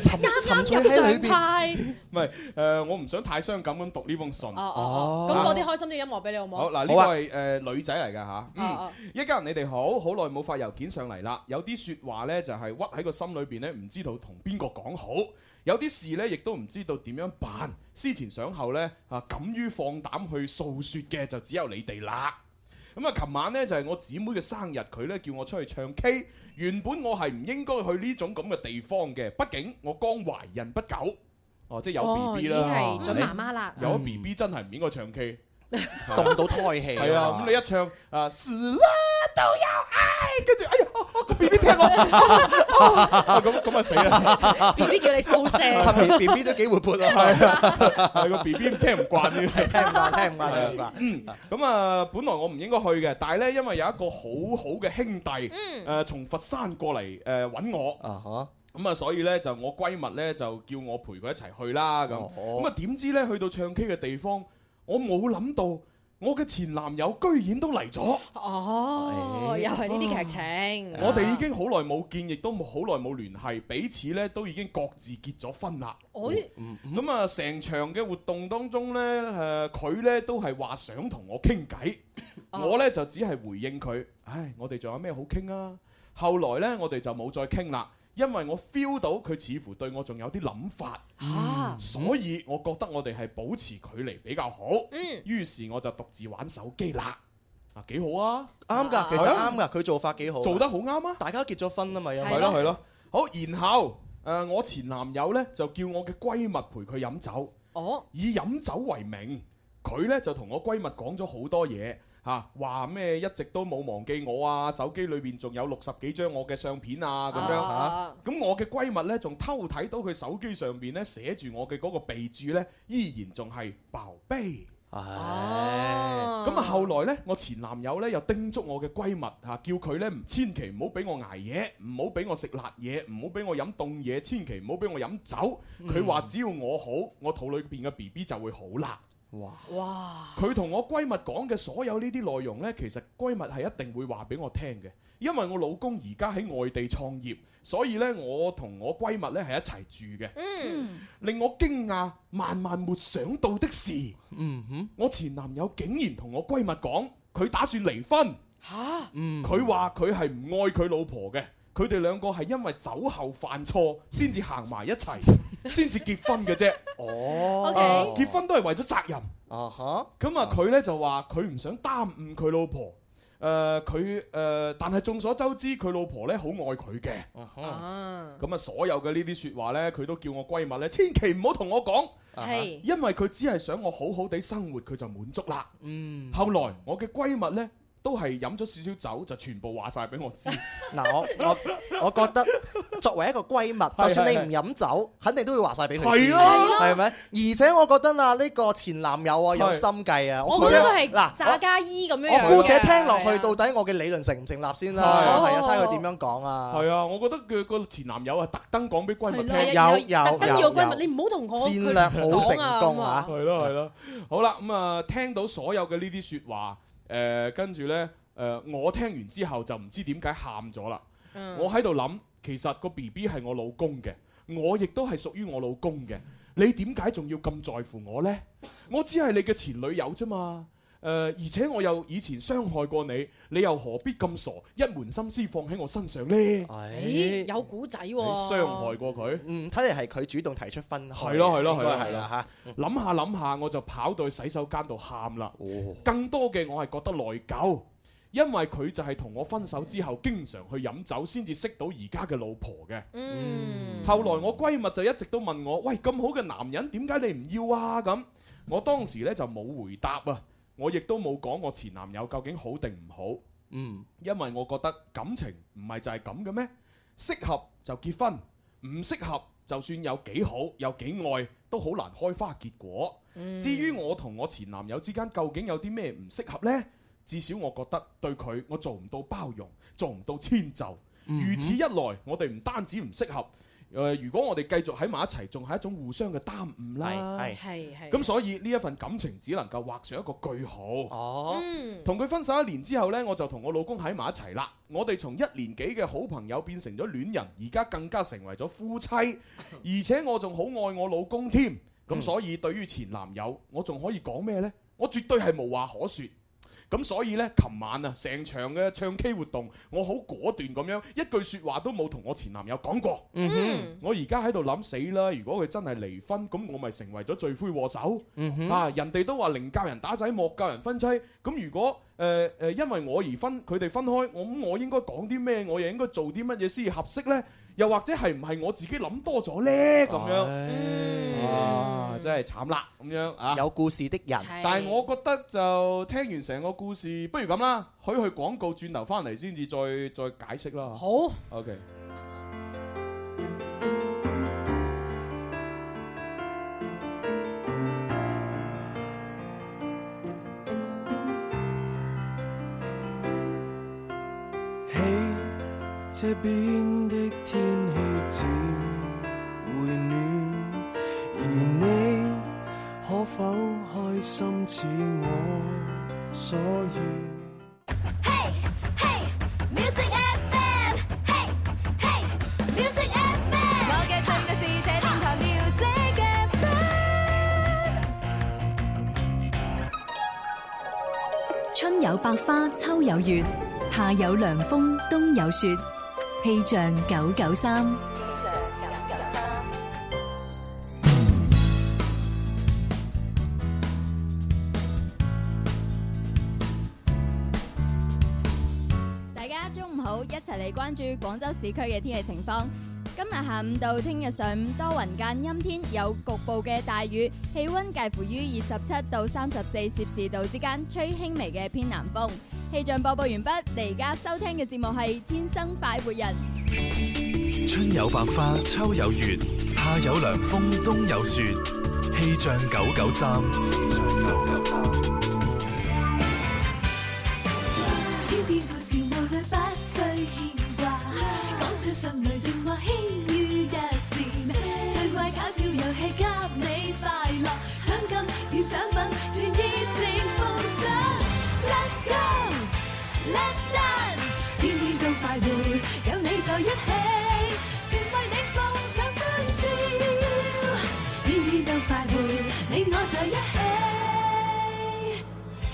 Speaker 9: 沉
Speaker 12: 啱
Speaker 9: 沉
Speaker 12: 啱
Speaker 9: 醉
Speaker 12: 入
Speaker 9: 喺裏
Speaker 12: 象
Speaker 9: 邊。
Speaker 12: 派。
Speaker 7: 唔係誒，我唔想太傷感咁讀呢封信。
Speaker 12: 哦哦，咁播啲開心啲音樂俾你好唔好？
Speaker 7: 好嗱，呢個係誒女仔嚟㗎嚇，嗯
Speaker 12: 哦，
Speaker 7: 一家人你哋好，好耐冇發郵件上嚟啦，有啲説話呢，就係屈喺個心裏邊呢，唔知道同邊個講好，有啲事呢，亦都唔知道點樣辦，思前想後呢，啊，敢於放膽去訴説嘅就只有你哋啦。咁啊，琴晚呢，就係我姊妹嘅生日，佢呢叫我出去唱 K。原本我係唔應該去呢種咁嘅地方嘅，畢竟我剛懷孕不久，哦，即係有
Speaker 12: 哦
Speaker 7: B B
Speaker 12: 已
Speaker 7: 啦，
Speaker 12: 經係準媽媽啦
Speaker 7: 有咗 B B 真係唔應該唱 K，
Speaker 9: 動到胎氣啊
Speaker 7: 係啊，咁你一唱啊死啦
Speaker 6: 都有愛，
Speaker 7: 跟住哎呀，個 B B 聽我， 啊咁咁啊死啦
Speaker 12: BB 叫你掃射
Speaker 9: B B 都幾活潑啊！
Speaker 7: 係啊，係個 B B 聽唔慣嘅，
Speaker 9: 唔
Speaker 7: 聽
Speaker 9: 慣，聽唔慣聽唔慣。
Speaker 7: 嗯，咁啊，本來我唔應該去嘅，但係咧，因為有一個好好嘅兄弟，誒從佛山過嚟誒揾我，咁啊，所以咧就我閨蜜咧就叫我陪佢一齊去啦，咁
Speaker 9: 哦
Speaker 7: 咁啊，點知咧去到唱 K 嘅地方，我冇諗到我嘅前男友居然都嚟咗。
Speaker 12: 哦，又係呢啲劇
Speaker 8: 啊
Speaker 12: 情。
Speaker 7: 我哋已經好耐冇見，亦都冇好耐冇聯繫，彼此咧都已經各自結咗婚啦。
Speaker 12: 哎
Speaker 9: 嗯
Speaker 7: 咁啊，成場嘅活動當中呢，誒佢呢都係話想同我傾偈，我呢就只係回應佢。唉，我哋仲有咩好傾啊？後來呢，我哋就冇再傾啦，因為我 feel 到佢似乎對我仲有啲諗法，
Speaker 8: 啊
Speaker 7: 所以我覺得我哋係保持距離比較好。
Speaker 12: 嗯
Speaker 7: 於是我就獨自玩手機啦。啊，幾好啊！
Speaker 9: 啱㗎，其實
Speaker 7: 係啊
Speaker 9: 啱㗎，佢做法幾好，
Speaker 7: 做得好啱啊！
Speaker 9: 大家結咗婚啊嘛，因為
Speaker 7: 係咯係咯。好，然後誒、呃我前男友呢，就叫我嘅閨蜜陪佢飲酒，
Speaker 12: 哦，
Speaker 7: 以飲酒為名，佢呢就同我閨蜜講咗好多嘢。嚇話咩一直都冇忘記我啊，手機裏邊仲有六十幾張我嘅相片啊咁樣嚇，咁、
Speaker 12: 啊
Speaker 7: 我嘅閨蜜呢，仲偷睇到佢手機上邊呢寫住我嘅嗰個備註呢，依然仲係爆悲。
Speaker 9: Ờ.
Speaker 8: 哦 Ờ.
Speaker 7: 咁啊，後來呢，我前男友呢又叮囑我嘅閨蜜嚇，叫佢呢唔千祈唔好俾我捱夜，唔好俾我食辣嘢，唔好俾我飲凍嘢，千祈唔好俾我飲酒。佢話只要我好，我肚裏邊嘅 B B 就會好啦。
Speaker 9: 哇！
Speaker 12: 哇！
Speaker 7: 佢同我閨蜜講嘅所有呢啲內容呢，其實閨蜜係一定會話俾我聽嘅，因為我老公而家喺外地創業，所以呢，我同我閨蜜呢係一齊住嘅。
Speaker 12: 嗯，
Speaker 7: 令我驚訝、萬萬沒想到的事，嗯哼，我前男友竟然同我閨蜜講，佢打算離婚。
Speaker 12: 嚇，
Speaker 7: 嗯，佢話佢係唔愛佢老婆嘅，佢哋兩個係因為酒後犯錯先至行埋一齊，先至結婚嘅啫。
Speaker 9: 哦
Speaker 12: OK
Speaker 7: 啊結婚都係為咗責任。
Speaker 9: 啊哈，
Speaker 7: 咁啊，佢呢就話佢唔想耽誤佢老婆。誒佢誒，但係眾所周知，佢老婆呢好愛佢嘅。
Speaker 9: Ừ.
Speaker 8: Ờ.
Speaker 7: 咁啊，所有嘅呢啲説話呢，佢都叫我閨蜜呢，千祈唔好同我講，
Speaker 6: 係
Speaker 7: 因為佢只係想我好好地生活，佢就滿足啦。
Speaker 9: 嗯，
Speaker 7: 後來我嘅閨蜜呢，都係飲咗少少酒就全部話晒俾我 知。
Speaker 9: 嗱，我我我覺得作為一個閨蜜，就算你唔飲酒，肯定都會話晒俾佢知，
Speaker 7: 係咯
Speaker 9: 係咪？而且我覺得啊，呢個前男友啊有心計啊，
Speaker 12: 我
Speaker 9: 估計
Speaker 12: 覺得都係
Speaker 9: 嗱，
Speaker 12: 炸家衣咁樣樣啊
Speaker 9: 我姑
Speaker 8: à.
Speaker 9: 且
Speaker 12: 嘅
Speaker 9: 聽落去，到底我嘅理論成唔成立先啦？
Speaker 7: 係
Speaker 9: 係啊，
Speaker 7: 好好
Speaker 9: 睇佢
Speaker 7: 好
Speaker 9: 點樣講啊。
Speaker 7: 係啊，我覺得佢個前男友啊，特登講俾閨蜜
Speaker 12: 係
Speaker 7: 聽
Speaker 12: 咯，。
Speaker 9: 有
Speaker 12: 特登要個閨
Speaker 9: 有
Speaker 12: 蜜，你唔好同我
Speaker 7: 戰
Speaker 12: 佢
Speaker 7: 略
Speaker 9: 好
Speaker 12: 講啊咁啊！
Speaker 7: 係咯係咯，好啦咁啊，聽到所有嘅呢啲説話，誒跟住呢，誒我聽完之後就唔知點解喊咗啦。
Speaker 12: 嗯
Speaker 7: 我喺度諗，其實個 B B 係我老公嘅，我亦都係屬於我老公嘅。你點解仲要咁在乎我呢？我只係你嘅前女友啫嘛。誒、而且我又以前傷害過你，你又何必咁傻，一門心思放喺我身上呢？
Speaker 8: Ừ.
Speaker 12: 咦，哎有古仔喎！
Speaker 7: 你傷害過佢，
Speaker 9: 嗯，睇嚟係佢主動提出分開
Speaker 7: 係咯係咯係
Speaker 9: 應
Speaker 7: 咯
Speaker 9: 該係啦嚇
Speaker 7: 嚇，諗下諗下我就跑到去洗手間度喊啦。更多嘅我係覺得內疚，因為佢就係同我分手之後，經常去飲酒先至識到而家嘅老婆嘅。
Speaker 8: Ừ.
Speaker 12: 嗯，
Speaker 7: 後來我閨蜜就一直都問我：，喂，咁好嘅男人點解你唔要啊？咁我當時呢就冇回答啊，我亦都冇講我前男友究竟好定唔好。
Speaker 9: 嗯，
Speaker 7: 因為我覺得感情唔係就係咁嘅咩？適合就結婚，唔適合就算有幾好有幾愛，都好難開花結果。
Speaker 12: 嗯
Speaker 7: 至於我同我前男友之間究竟有啲咩唔適合呢？至少我覺得對佢我做唔到包容，做唔到遷就。如此一來，我哋唔單止唔適合，誒、如果我哋繼續喺埋一齊，仲係一種互相嘅耽誤啦。
Speaker 12: 係係
Speaker 7: 咁所以呢一份感情只能夠畫上一個句號。
Speaker 8: Ừ.
Speaker 9: 哦
Speaker 12: 嗯
Speaker 7: 同佢分手一年之後呢，我就同我老公喺埋一齊啦。我哋從一年幾嘅好朋友變成咗戀人，而家更加成為咗夫妻，而且我仲好愛我老公添。咁所以對於前男友，我仲可以講咩呢？我絕對係無話可説。咁所以呢，琴晚啊，成場嘅唱 K 活動，我好果斷咁樣，一句説話都冇同我前男友講過。
Speaker 9: 嗯
Speaker 8: Ừ.
Speaker 9: 哼
Speaker 7: 我而家喺度諗死啦！如果佢真係離婚，咁我咪成為咗罪魁禍首。
Speaker 9: 嗯
Speaker 7: 啊，人哋都話寧教人打仔，莫教人分妻。咁如果誒誒、呃呃因為我而分，佢哋分開，我咁我應該講啲咩？我又應該做啲乜嘢先至合適呢？又或者係唔係我自己諗多咗呢？咁樣，
Speaker 9: 嗯
Speaker 7: 啊，真係慘啦！咁樣啊，
Speaker 9: 有故事的人
Speaker 7: 但係我覺得就聽完成個故事，不如咁啦，許去廣告，轉頭翻嚟先至再再解釋啦。
Speaker 12: 好
Speaker 7: ，OK。
Speaker 20: 起這邊的天氣漸回暖，而你可否開心似我所願？
Speaker 18: Music FM，嘿嘿，Music FM，我嘅最愛是這電台 Music FM。
Speaker 1: 春有百花，秋有月，夏有涼風，冬有雪。氣象九九三，
Speaker 2: 大家中午好，一齊嚟關注廣州市區嘅天氣情況。今日下午到聽日上午多雲間陰天，有局部嘅大雨，氣温介乎於二十七到三十四攝氏度之間，吹輕微嘅偏南風。氣象播報完畢，你而家收聽嘅節目係《天生快活人》。
Speaker 3: 春有百花，秋有月，夏有涼風，冬有雪。氣象九九三，
Speaker 18: 天天故事無慮不需牽掛，講出心裏情話輕於一線，趣怪搞笑遊戲給你快樂，獎金與獎品全熱情奉上。Let's go，Let's dance，天天都快活，有你在一起，全為你放上歡笑，天天都快活，你我在一起，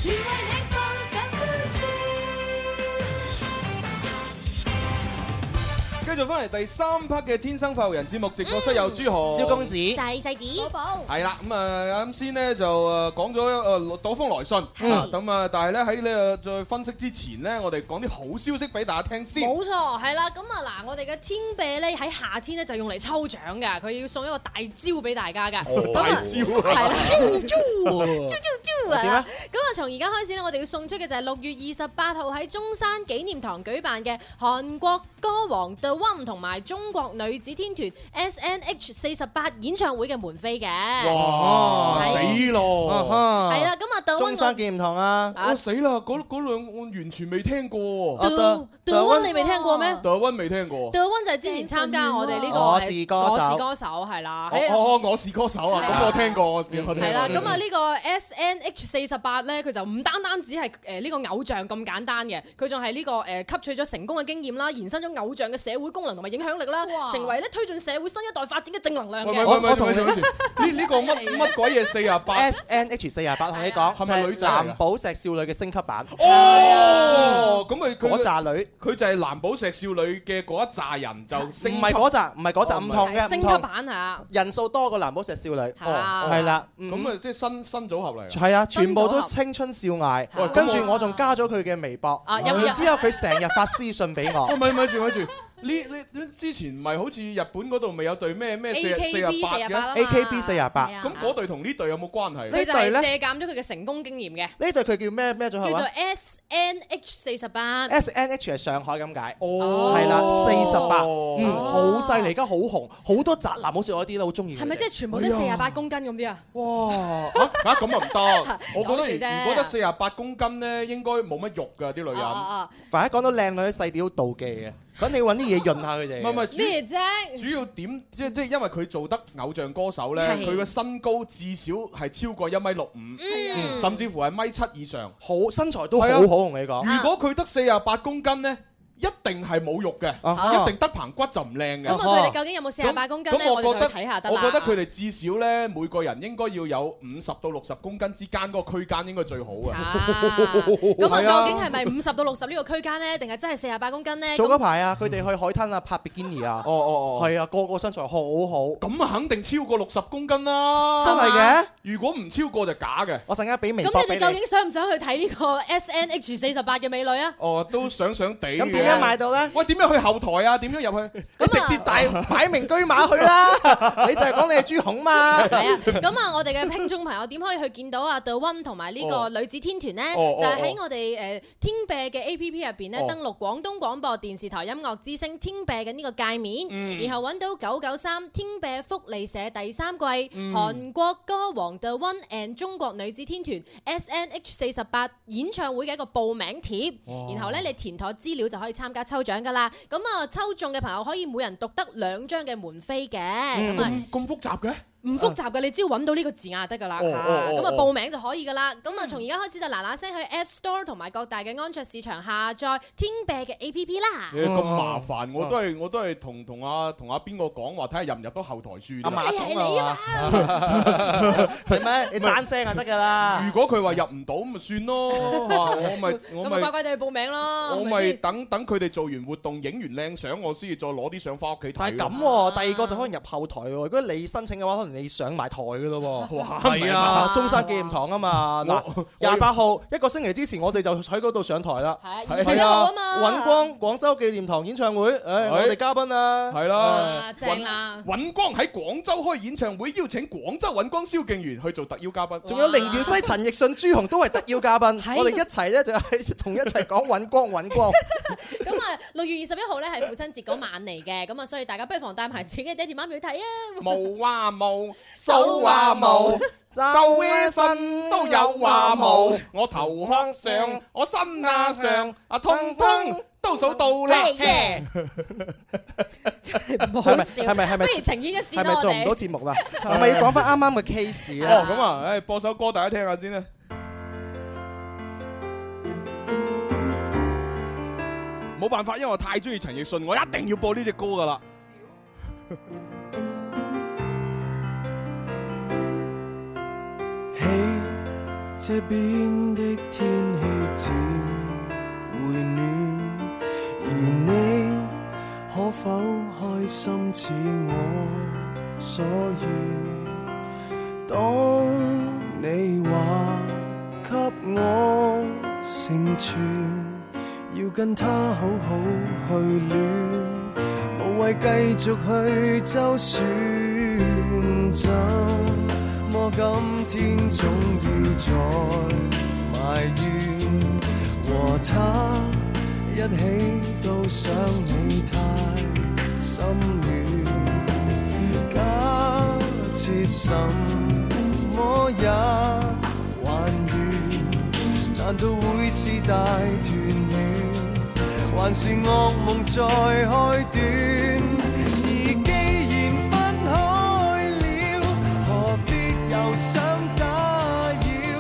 Speaker 18: 全為你放上歡笑。
Speaker 7: 繼續翻嚟第三 part 嘅《天生快活人》節目，直播室有朱豪、
Speaker 9: 蕭公子
Speaker 8: 細細啲，
Speaker 2: 寶
Speaker 7: 係啦，咁啊啱先咧就誒講咗誒朵封來信，啊咁啊，但係咧喺呢個再分析之前咧，我哋講啲好消息俾大家聽先。
Speaker 12: 冇錯，係啦。咁啊嗱，我哋嘅天臂咧喺夏天咧就用嚟抽獎㗎，佢要送一個大招俾大家㗎。
Speaker 7: 哦
Speaker 12: 咁啊
Speaker 7: 大招啊
Speaker 12: 係啦，
Speaker 7: 招
Speaker 12: 招招招招
Speaker 8: 係
Speaker 9: 點
Speaker 8: 啦
Speaker 9: 啊，
Speaker 8: 咁啊，從而家開始咧，我哋要送出嘅就係六月二十八號喺中山紀念堂舉辦嘅韓國歌王 The One 同埋中國女子天團 S N H 四十八演唱會嘅門飛嘅。
Speaker 7: 哇，
Speaker 8: 係
Speaker 7: 死
Speaker 9: 哦
Speaker 7: 咯！
Speaker 8: 係啦，咁啊，The One 我
Speaker 9: 紀念堂啊！
Speaker 7: 我死啦！嗰嗰兩我完全未聽過
Speaker 8: 啊
Speaker 7: 喎。
Speaker 8: The One 你未聽過咩
Speaker 7: 大溫未聽過。
Speaker 8: ？The One 就係之前參加我哋呢個
Speaker 7: 哦我是歌手
Speaker 8: 我是歌手係啦，
Speaker 7: 哦
Speaker 8: 喺
Speaker 7: 哦，我是歌手啊！
Speaker 8: 係啊
Speaker 7: 咁我聽過，我我聽過。
Speaker 8: 係啦，咁
Speaker 7: 嗯
Speaker 8: 啊呢個 S N H 四十八咧，佢就唔單單只係誒呢個偶像咁簡單嘅，佢仲係呢個誒吸取咗成功嘅經驗啦，延伸咗偶像嘅社會功能同埋影響力啦，成為咧推進社會新一代發展嘅正能量
Speaker 7: 喂
Speaker 8: 嘅。
Speaker 7: 喂喂喂，同你呢呢個乜乜鬼嘢四廿八
Speaker 9: S N H 四廿八，同你
Speaker 8: 啊
Speaker 9: 講，
Speaker 7: 係咪
Speaker 9: 就
Speaker 7: 女仔嚟啊㗎
Speaker 9: 藍寶石少女嘅升級版？
Speaker 7: 哦，咁佢佢
Speaker 9: 嗰扎女，
Speaker 7: 佢就係藍寶石少女嘅嗰一扎人就升級，
Speaker 9: 唔係嗰扎唔係嗰扎
Speaker 7: 哦
Speaker 9: 唔同嘅
Speaker 8: 升級版啊嚇，
Speaker 9: 人數多過藍寶石少女，
Speaker 8: 係啊
Speaker 9: 係啦，嗯
Speaker 7: 咁啊即係新新組合嚟㗎。
Speaker 8: 嗯
Speaker 9: 係啊，全部都青春少艾
Speaker 7: 喂咁我。
Speaker 9: 跟住我仲加咗佢嘅微博，
Speaker 8: 啊有
Speaker 9: 然之後佢成日發私信俾
Speaker 7: 哦，
Speaker 9: 我。
Speaker 7: 咪咪住咪住，呢呢之前唔係好似日本嗰度咪有隊咩咩四
Speaker 8: AKB
Speaker 7: 四廿八
Speaker 8: 48啦嘛
Speaker 7: 嘅
Speaker 9: AKB 四廿八，
Speaker 7: 咁嗰隊同呢隊有冇關係？啊
Speaker 8: 佢就係借鑑咗佢嘅成功經驗嘅，
Speaker 9: 呢對佢叫咩咩組
Speaker 8: 叫
Speaker 9: 合
Speaker 8: 做
Speaker 9: 啊
Speaker 8: S N H 四十八。
Speaker 9: ？S N H 係上海咁解，
Speaker 7: 哦
Speaker 9: 係啦，四十八，嗯，好犀利，而家好紅，好多宅男好似我啲都好中意佢哋。
Speaker 8: 係咪即係全部都四廿八公斤咁啲啊？
Speaker 9: 嗯
Speaker 7: 哇！嚇咁啊唔 得，我覺
Speaker 8: 講笑
Speaker 7: 得
Speaker 8: 啫
Speaker 7: 如果得四廿八公斤咧，應該冇乜肉㗎啲女
Speaker 8: 啊
Speaker 7: 人。
Speaker 8: 啊！
Speaker 9: 凡一講到靚女，細啲都妒忌嘅，咁你揾啲嘢潤下佢哋。
Speaker 7: 唔係唔係主
Speaker 8: 哦咩啫？
Speaker 7: 主要點即即因為佢做得偶像歌手咧，
Speaker 9: 係
Speaker 7: 佢嘅身高至少係超過一米六
Speaker 8: 嗯
Speaker 7: 五，甚至乎係米七以上，
Speaker 9: 好身材都好
Speaker 7: 係啊
Speaker 9: 好，我同你講。
Speaker 7: 如果佢得四廿八公斤咧，一定係冇肉嘅，
Speaker 9: 哈
Speaker 7: 一定得棚骨就唔靚嘅。
Speaker 8: 咁啊，佢哋究竟有冇四廿八公斤
Speaker 7: 哦
Speaker 8: 咧？
Speaker 7: 咁
Speaker 8: 我
Speaker 7: 我
Speaker 8: 哋
Speaker 7: 覺
Speaker 8: 就
Speaker 7: 得
Speaker 8: 去睇下得
Speaker 7: 我
Speaker 8: 啦。
Speaker 7: 覺得佢哋至少咧，每個人應該要有五十到六十公斤之間嗰個區間應該最好嘅。
Speaker 8: 咁啊，
Speaker 7: 係啊
Speaker 8: 究竟係咪五十到六十呢個區間咧，定係真係四廿八公斤咧？
Speaker 9: 早嗰排啊，佢哋去海灘啊拍比基尼啊，
Speaker 7: 哦哦
Speaker 9: 係啊，個個身材好好。
Speaker 7: 咁啊，肯定超過六十公斤啦！
Speaker 9: 真係嘅？
Speaker 7: 如果唔超過就假嘅。
Speaker 9: 我陣間俾微博
Speaker 8: 咁你
Speaker 9: 俾
Speaker 8: 哋究
Speaker 9: 你
Speaker 8: 竟。想唔想去睇呢個 S N H 四十八嘅美 女啊？
Speaker 7: 哦，都想想地。
Speaker 9: 咁點樣買到咧？
Speaker 7: 喂，點樣去後台啊？點樣入去？
Speaker 9: 你直接大擺明居馬去啦！你就係講你係朱紅嘛？
Speaker 8: 係啊，咁啊，我哋嘅聽眾朋友點可以去見到啊 The One 同埋呢個
Speaker 9: 哦
Speaker 8: 女子天團呢？
Speaker 9: 哦哦
Speaker 8: 就係喺我哋誒天幣嘅 A P P 入邊呢，
Speaker 9: 哦
Speaker 8: 登錄廣東廣播電視台音樂之聲天幣嘅呢個界面，
Speaker 18: 嗯
Speaker 8: 然後揾到九九三天幣福利社第三季
Speaker 18: 嗯
Speaker 8: 韓國歌王 The One and 中國女子天團 S N H 四十八演唱會嘅一個報名貼，
Speaker 18: 哇
Speaker 7: 哦
Speaker 8: 然後呢，你填妥資料就可以參加抽獎㗎啦。咁啊，抽中嘅朋友可以每人獨得兩張嘅門飛嘅，咁啊。
Speaker 7: 咁咁複雜嘅？
Speaker 8: 唔複雜嘅，你只要揾到呢個字眼就得㗎啦嚇，
Speaker 7: 哦哦哦
Speaker 8: 咁啊
Speaker 7: 哦嗯
Speaker 8: 報名就可以㗎啦。咁啊從而家開始就嗱嗱聲去 App Store 同埋各大嘅安卓市場下載天幣嘅 A P P 啦。
Speaker 7: 誒咁麻煩，我都係我都係同同阿同阿邊個講話，睇下入唔入到後台算
Speaker 9: 阿
Speaker 7: 啦。
Speaker 9: 馬總
Speaker 7: 係
Speaker 9: 啊 嘛，係咩？你單聲就得㗎啦。
Speaker 7: 如果佢話入唔到，咁咪算咯。 嚇我咪我
Speaker 8: 咁啊咪
Speaker 7: 咪
Speaker 8: 乖乖哋去報名咯。
Speaker 7: 我
Speaker 8: 啊係
Speaker 7: 咪
Speaker 8: 先
Speaker 7: 等等佢哋做完活動，影完靚相，我先至再攞啲相翻屋企睇咯。
Speaker 9: 但係咁喎，第二個就可能入後台喎。如果你申請嘅話，可能你上埋台㗎咯喎。
Speaker 7: 哇
Speaker 9: 係
Speaker 7: 唔係
Speaker 9: 啊，
Speaker 7: 吧
Speaker 9: 中山紀念堂啊嘛。嗱，廿八號一個星期之前，我哋就喺嗰度上台啦。
Speaker 8: 係
Speaker 7: 二十一號啊
Speaker 9: 嘛。尹光廣州紀念堂演唱會，誒，我哋嘉賓啊。
Speaker 7: 係啦，
Speaker 8: 正啊啦
Speaker 7: 尹尹光喺廣州開演唱會，邀請廣州尹光、蕭敬元去做特邀嘉賓，
Speaker 9: 仲有凌源西、陳奕迅、朱紅都係特邀嘉賓，
Speaker 8: 係
Speaker 9: 我哋一齊咧就係同一齊講揾光揾光，
Speaker 8: 咁啊六月二十一號咧係父親節嗰晚嚟嘅，咁啊所以大家不妨帶埋自己嘅爹哋媽咪去睇啊。
Speaker 7: 冇話冇，
Speaker 8: 數話冇
Speaker 7: 周起身都有話冇，我頭殼上，我身啊上，啊通通都數到啦。
Speaker 9: 係咪係咪係咪？
Speaker 8: 不如呈現一線
Speaker 9: 係咪
Speaker 8: 啦
Speaker 9: 做
Speaker 8: 我
Speaker 9: 唔
Speaker 8: 哋
Speaker 9: 到節目啦？係咪要講翻啱啱嘅 case
Speaker 7: 哦，
Speaker 9: 啊？
Speaker 7: 咁啊，誒，播首歌大家聽下先啦。冇辦法，因為我太中意陳奕迅，我一定要播呢只歌噶啦。
Speaker 20: 起这边的天气渐回暖，而你可否开心似我所愿？当你话给我成全，要跟他好好去恋，无谓继续去周旋，怎么今天總要再埋怨，和他一起都想你太心軟。假設什麼也還原，難道會是大團圓？還是噩夢再開端。而既然分開了，何必又想打擾？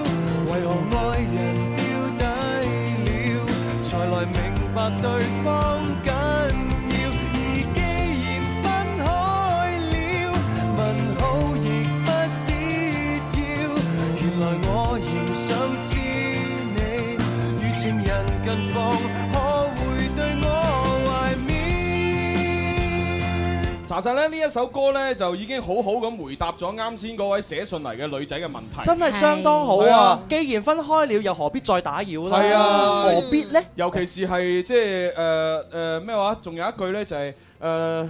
Speaker 20: 為何愛人掉低了，才來明白對方緊要？而既然分開了，問好亦不必要。原來我仍想知你，與情人近況可會對我懷緬？
Speaker 7: 查實咧呢一首歌咧就已經好好咁回答咗啱先嗰位寫信嚟嘅女仔嘅問題，
Speaker 9: 真係相當好
Speaker 7: 係
Speaker 9: 啊！！既然分開了，又何必再打擾啦？
Speaker 7: 係啊，
Speaker 9: 何必呢？
Speaker 7: 尤其是係即係誒誒咩話？仲有一句咧就係、誒。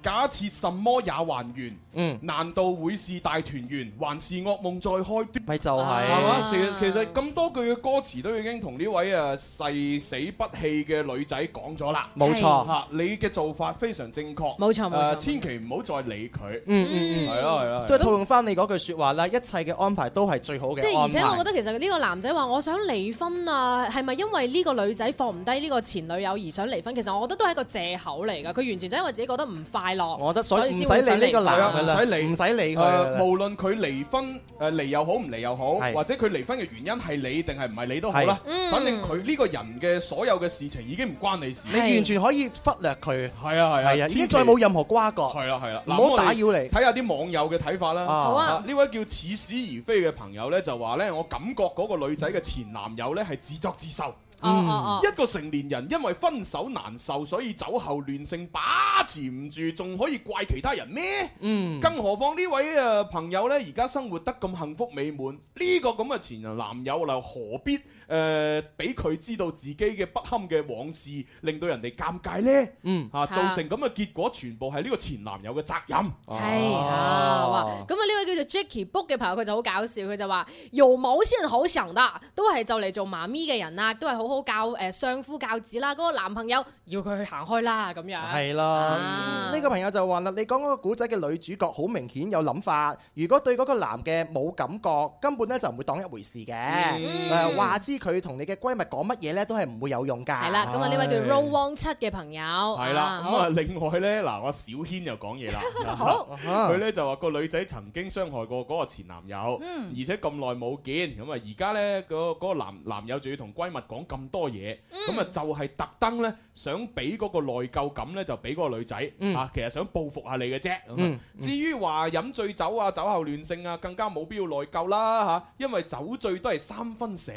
Speaker 7: 假設什麼也還原，嗯，難道會是大團圓，還是噩夢再開端？
Speaker 9: 咪就係
Speaker 8: 啊
Speaker 7: 係
Speaker 9: 啊
Speaker 7: 嘛？其實其實咁多句嘅歌詞都已經同呢位啊誒誓死不棄嘅女仔講咗啦。
Speaker 9: 冇錯
Speaker 7: 嚇，你嘅做法非常正確。
Speaker 9: 冇哦錯冇錯
Speaker 7: 誒千祈唔好再理佢。
Speaker 9: 嗯嗯嗯，
Speaker 7: 係咯係咯。
Speaker 9: 啊
Speaker 7: 啊
Speaker 9: 都係套用翻你嗰句説話啦，一切嘅安排都係最好嘅
Speaker 8: 即係而
Speaker 9: 安
Speaker 8: 且我覺
Speaker 9: 排。
Speaker 8: 得其實呢個男仔話我想離婚啊，係咪因為呢個女仔放唔低呢個前女友而想離婚？其實我覺得都係一個藉口嚟㗎。佢完全就因為自己覺得唔快樂，
Speaker 9: 我覺得所以唔
Speaker 8: 先
Speaker 9: 使
Speaker 8: 會
Speaker 9: 理呢個
Speaker 7: 係
Speaker 9: 男
Speaker 7: 啊
Speaker 9: 嘅啦，
Speaker 7: 唔使理
Speaker 9: 唔使理佢㗎啦
Speaker 7: 誒，無論佢離婚誒離又好唔離又好，或者佢離婚嘅原因係你定係唔係你都好啦
Speaker 9: 係。嗯
Speaker 7: 反正佢呢個人嘅所有嘅事情已經唔關你事。
Speaker 9: 你完全可以忽略佢。
Speaker 7: 係啊係啊，
Speaker 9: 係啊，已
Speaker 7: 千祈
Speaker 9: 經再冇任何瓜葛。
Speaker 7: 係啦係啦，
Speaker 9: 唔
Speaker 7: 嗱
Speaker 9: 好
Speaker 7: 咁我哋
Speaker 9: 打擾你
Speaker 7: 睇下啲網友嘅睇法啦。
Speaker 9: 啊好啊！
Speaker 7: 呢位叫似是而非嘅朋友呢，就話呢：「我感覺嗰個女仔嘅前男友呢係自作自受。
Speaker 8: 哦哦哦
Speaker 7: 一個成年人因為分手難受，所以酒後亂性把持唔住，仲可以怪其他人咩？
Speaker 9: 嗯
Speaker 7: 更何況呢位誒朋友呢，而家生活得咁幸福美滿，呢、個咁嘅前任男友又何必誒俾佢知道自己嘅不堪嘅往事，令到人哋尷尬呢？
Speaker 9: 嗯，
Speaker 7: 嚇、造成咁嘅結果，全部係呢個前男友嘅責任。
Speaker 8: 係啊，哇！咁啊呢位叫做 Jackie Book 嘅朋友佢就好搞笑，佢就話：由某先好常啦，都係就嚟做媽咪嘅人啦，都係好好教誒相夫教子啦。嗰、個男朋友要佢去行開啦，咁樣。啊
Speaker 9: 係啦，啊呢個朋友就話啦，你講嗰個古仔嘅女主角好明顯有諗法，如果對嗰個男嘅冇感覺，根本咧就唔會當一回事嘅。
Speaker 7: 嗯
Speaker 9: 誒話知佢同你嘅閨蜜講乜嘢咧，都係唔會有用㗎。
Speaker 8: 係啦，咁啊呢位叫 r o w Wong 七嘅朋友。係
Speaker 7: 係啦，咁啊，另外呢，嗱，我小軒又講嘢啦。
Speaker 8: 好
Speaker 7: 佢呢就話個女仔曾經傷害過嗰個前男友，
Speaker 8: 嗯
Speaker 7: 而且咁耐冇見，咁啊而家呢，嗰嗰個男男友仲要同閨蜜講咁多嘢，
Speaker 8: 嗯
Speaker 7: 咁啊就係特登呢，想俾嗰個內疚感呢，就俾嗰個女仔啊，其實想報復下你嘅啫。咁啊
Speaker 9: 嗯
Speaker 7: 至於話飲醉酒啊、酒後亂性啊，更加冇必要內疚啦嚇，因為酒醉都係三分醒。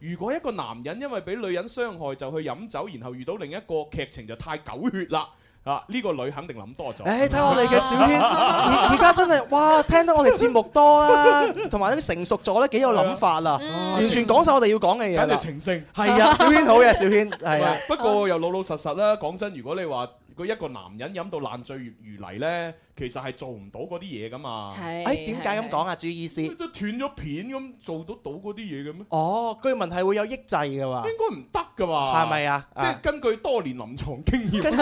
Speaker 7: 如果一個男人因為俾女人傷害就去飲酒，然後遇到另一個劇情就太狗血啦。啊！呢、個女肯定諗多咗。
Speaker 9: 誒，睇我哋嘅小軒，而而家真係哇，聽得我哋節目多啦，同埋啲成熟咗咧，幾有諗法啦，
Speaker 8: 嗯
Speaker 9: 完全講晒我哋要講嘅嘢啦
Speaker 7: 簡直。情聖。
Speaker 9: 係 啊，小軒好嘅，小軒係啊。
Speaker 7: 不過又老老實實啦，講真，如果你話佢一個男人飲到爛醉如泥呢，其實係做唔到嗰啲嘢噶嘛。
Speaker 9: 誒點解咁講啊？朱醫師，
Speaker 7: 都斷咗片咁，做得到嗰啲嘢嘅咩？
Speaker 9: 哦，據聞係會有抑制嘅喎，
Speaker 7: 應該唔得噶嘛。
Speaker 9: 係啊咪啊
Speaker 7: 即係根據多年臨床經驗，
Speaker 9: 根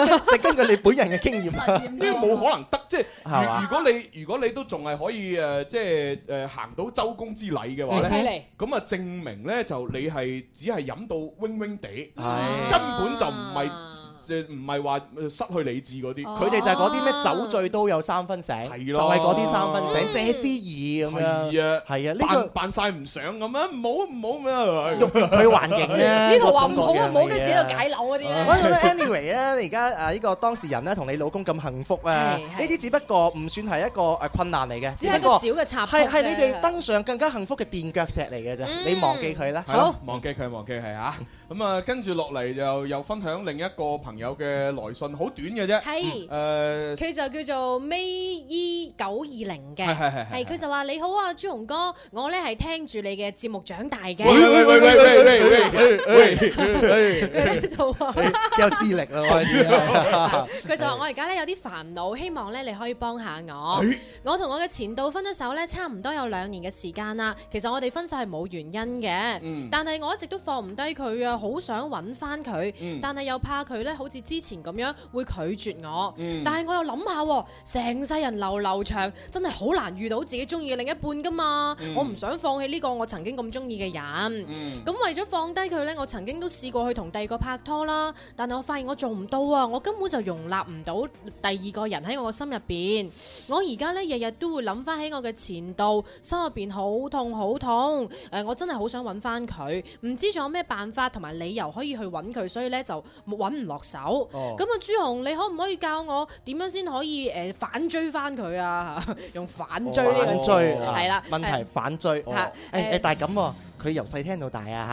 Speaker 9: 根根據你本人嘅經驗，啊
Speaker 7: 因為冇可能得，即係
Speaker 9: 係嘛
Speaker 7: 如如果你如果你都仲係可以誒，即係誒行到周公之禮嘅話
Speaker 9: 嗯犀利
Speaker 7: 咧，咁啊證明咧就你係只係飲到 wing wing 地，
Speaker 8: 啊
Speaker 9: 係
Speaker 7: 根本就唔係
Speaker 9: 啊
Speaker 7: 誒唔係話誒失去理智嗰啲，
Speaker 9: 佢哋就係嗰啲咩酒醉都有三分醒，就
Speaker 7: 咯嗯
Speaker 9: 係嗰啲三分醒，借啲耳咁樣，
Speaker 7: 係啊，
Speaker 9: 係啊，呢
Speaker 7: 扮
Speaker 9: 個
Speaker 7: 扮晒唔想咁樣，唔好唔好咩？喐
Speaker 9: 佢環境咧，
Speaker 8: 呢度話唔好
Speaker 9: 各種各樣
Speaker 8: 啊，唔好跟
Speaker 9: 嘅
Speaker 8: 住
Speaker 9: 嘢
Speaker 8: 喺度解樓嗰啲咧。
Speaker 9: 我覺得 anyway 咧，你而家誒呢個當事人咧同你老公咁幸福啊，呢啲只不過唔算係一個誒困難嚟嘅，
Speaker 8: 只係一個
Speaker 9: 不過
Speaker 8: 小嘅插曲
Speaker 9: 係係
Speaker 8: 啫
Speaker 9: 你哋登上更加幸福嘅墊腳石嚟嘅啫，你 忘記佢啦。
Speaker 7: 係咯，忘記佢，忘記佢嚇。咁啊，跟住落嚟又又分享另一個朋朋友嘅來信，好短嘅啫。
Speaker 8: 係
Speaker 7: 嗯誒
Speaker 8: 佢就叫做 May E 九二零嘅，
Speaker 7: 係係係係
Speaker 8: 係佢就話你好啊，朱紅哥，我咧係聽住你嘅節目長大嘅。
Speaker 7: 喂喂喂喂喂喂喂喂
Speaker 8: 佢咧就話。
Speaker 9: 有資力啦，我哋。
Speaker 8: 佢就話：我而家咧有啲煩惱，希望咧你可以幫下我。我同我嘅前度分咗手咧，差唔多有兩年嘅時間啦。其實我哋分手係冇原因嘅，
Speaker 18: 嗯
Speaker 8: 但係我一直都放唔低佢啊，好想揾翻佢，
Speaker 18: 嗯
Speaker 8: 但係又怕佢咧好似之前咁樣會拒絕我。
Speaker 18: 嗯
Speaker 8: 但係我又諗下喎，成世人流流長，真係好難遇到自己中意嘅另一半噶嘛。
Speaker 18: 嗯
Speaker 8: 我唔想放棄呢個我曾經咁中意嘅人。
Speaker 18: 嗯
Speaker 8: 咁為咗放低佢呢，我曾經都試過去同第二個拍拖啦，但係我發現我做唔到啊，我根本就容納唔到第二個人喺我個心入邊。我而家呢，日日都會諗翻起我嘅前度，心入邊好痛好痛。誒、我真係好想揾翻佢，唔知仲有咩辦法同埋理由可以去揾佢，所以呢，就揾唔落手。
Speaker 18: 哦
Speaker 8: 咁啊、朱紅，你可唔可以教我點樣先可以誒、反追翻佢啊？ 用反追呢個
Speaker 9: 反
Speaker 8: 字
Speaker 9: 追
Speaker 8: 係啦，
Speaker 9: 問題
Speaker 8: 誒
Speaker 9: 反追。
Speaker 8: 嚇
Speaker 9: 誒誒
Speaker 8: 誒，
Speaker 9: 但係咁喎，佢由細聽到大啊嚇，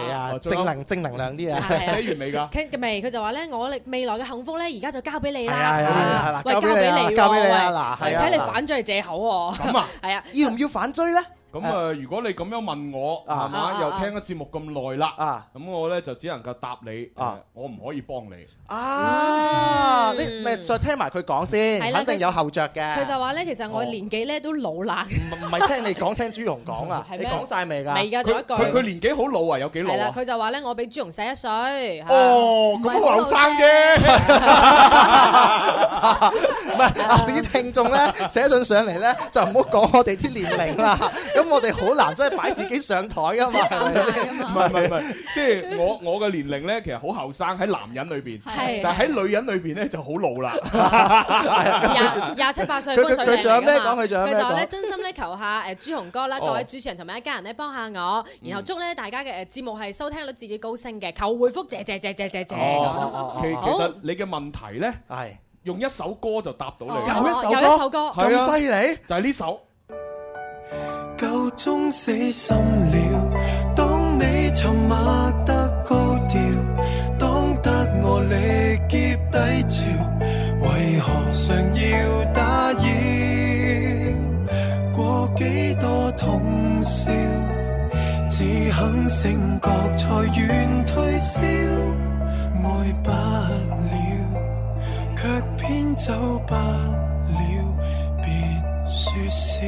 Speaker 9: 係啊，
Speaker 7: 哦仲有
Speaker 9: 正能正能量啲啊。
Speaker 8: 係啊係啊
Speaker 7: 完未㗎？
Speaker 8: 佢未，佢就話咧，我未來嘅幸福咧，而家就交俾你啦。
Speaker 9: 係啊係啊係啊嗱
Speaker 8: 喂，
Speaker 9: 交
Speaker 8: 交
Speaker 9: 俾你啊
Speaker 8: 俾
Speaker 9: 交俾你啊
Speaker 8: 啊！
Speaker 9: 嗱係
Speaker 8: 喂喂
Speaker 9: 啊
Speaker 8: 睇
Speaker 9: 嗱
Speaker 8: 你反咗係藉口喎。
Speaker 7: 咁啊，
Speaker 8: 係啊，
Speaker 9: 要唔要反追咧？
Speaker 7: 咁啊，如果你咁樣問我，係嘛？
Speaker 8: 啊
Speaker 7: 又
Speaker 8: 啊
Speaker 7: 聽咗節目咁耐啦，咁我咧就只能夠答你，誒我唔可以幫你。
Speaker 9: 啊，你咪再聽埋佢講先，
Speaker 8: 係啦
Speaker 9: 肯定有後着嘅。
Speaker 8: 佢就話咧，其實我
Speaker 9: 哦
Speaker 8: 年紀咧都老啦。
Speaker 9: 唔 係聽你講，聽朱紅講啊，
Speaker 8: 係
Speaker 9: 你
Speaker 8: 咩
Speaker 9: 講晒 未㗎？
Speaker 8: 未㗎仲有一句
Speaker 7: 佢佢年紀好老啊，有幾老
Speaker 8: 係啦，
Speaker 7: 啊？
Speaker 8: 佢就話咧，我比朱紅細一歲。
Speaker 7: 哦，咁好後生 啫。
Speaker 9: 唔係啊！至於聽眾咧寫信上嚟咧，就唔好講我哋啲年齡啦。咁我哋好難真係擺自己上台㗎 嘛，係咪先？
Speaker 7: 唔係唔係唔 係，即係我我嘅年齡咧，其實好後生喺男人裏邊，
Speaker 8: 係
Speaker 7: 但喺女人裏邊咧就好老啦。
Speaker 8: 廿廿七八歲
Speaker 7: 佢
Speaker 8: 分手
Speaker 7: 佢佢仲有咩
Speaker 8: 嚟㗎嘛
Speaker 7: 講佢仲有咩
Speaker 8: 佢就話咧，
Speaker 7: 講
Speaker 8: 真心咧求下誒朱紅哥啦，
Speaker 7: 哦
Speaker 8: 各位主持人同埋一家人咧幫下我，然後祝咧大家嘅呃誒節目係收聽率節節高升嘅，求回覆謝謝謝謝謝謝。
Speaker 7: 哦，其其
Speaker 8: 好
Speaker 7: 實你嘅問題咧，
Speaker 9: 係
Speaker 7: 用一首歌就答到你。
Speaker 8: 有一首歌有一首歌
Speaker 7: 係啊
Speaker 9: 咁犀利，
Speaker 7: 就係呢首。
Speaker 5: 夠鐘死心了，當你沉默得高調，當得我力竭低潮，為何常要打擾？過幾多通宵，只肯醒覺才願退燒，愛不了，卻偏走不了，別說笑。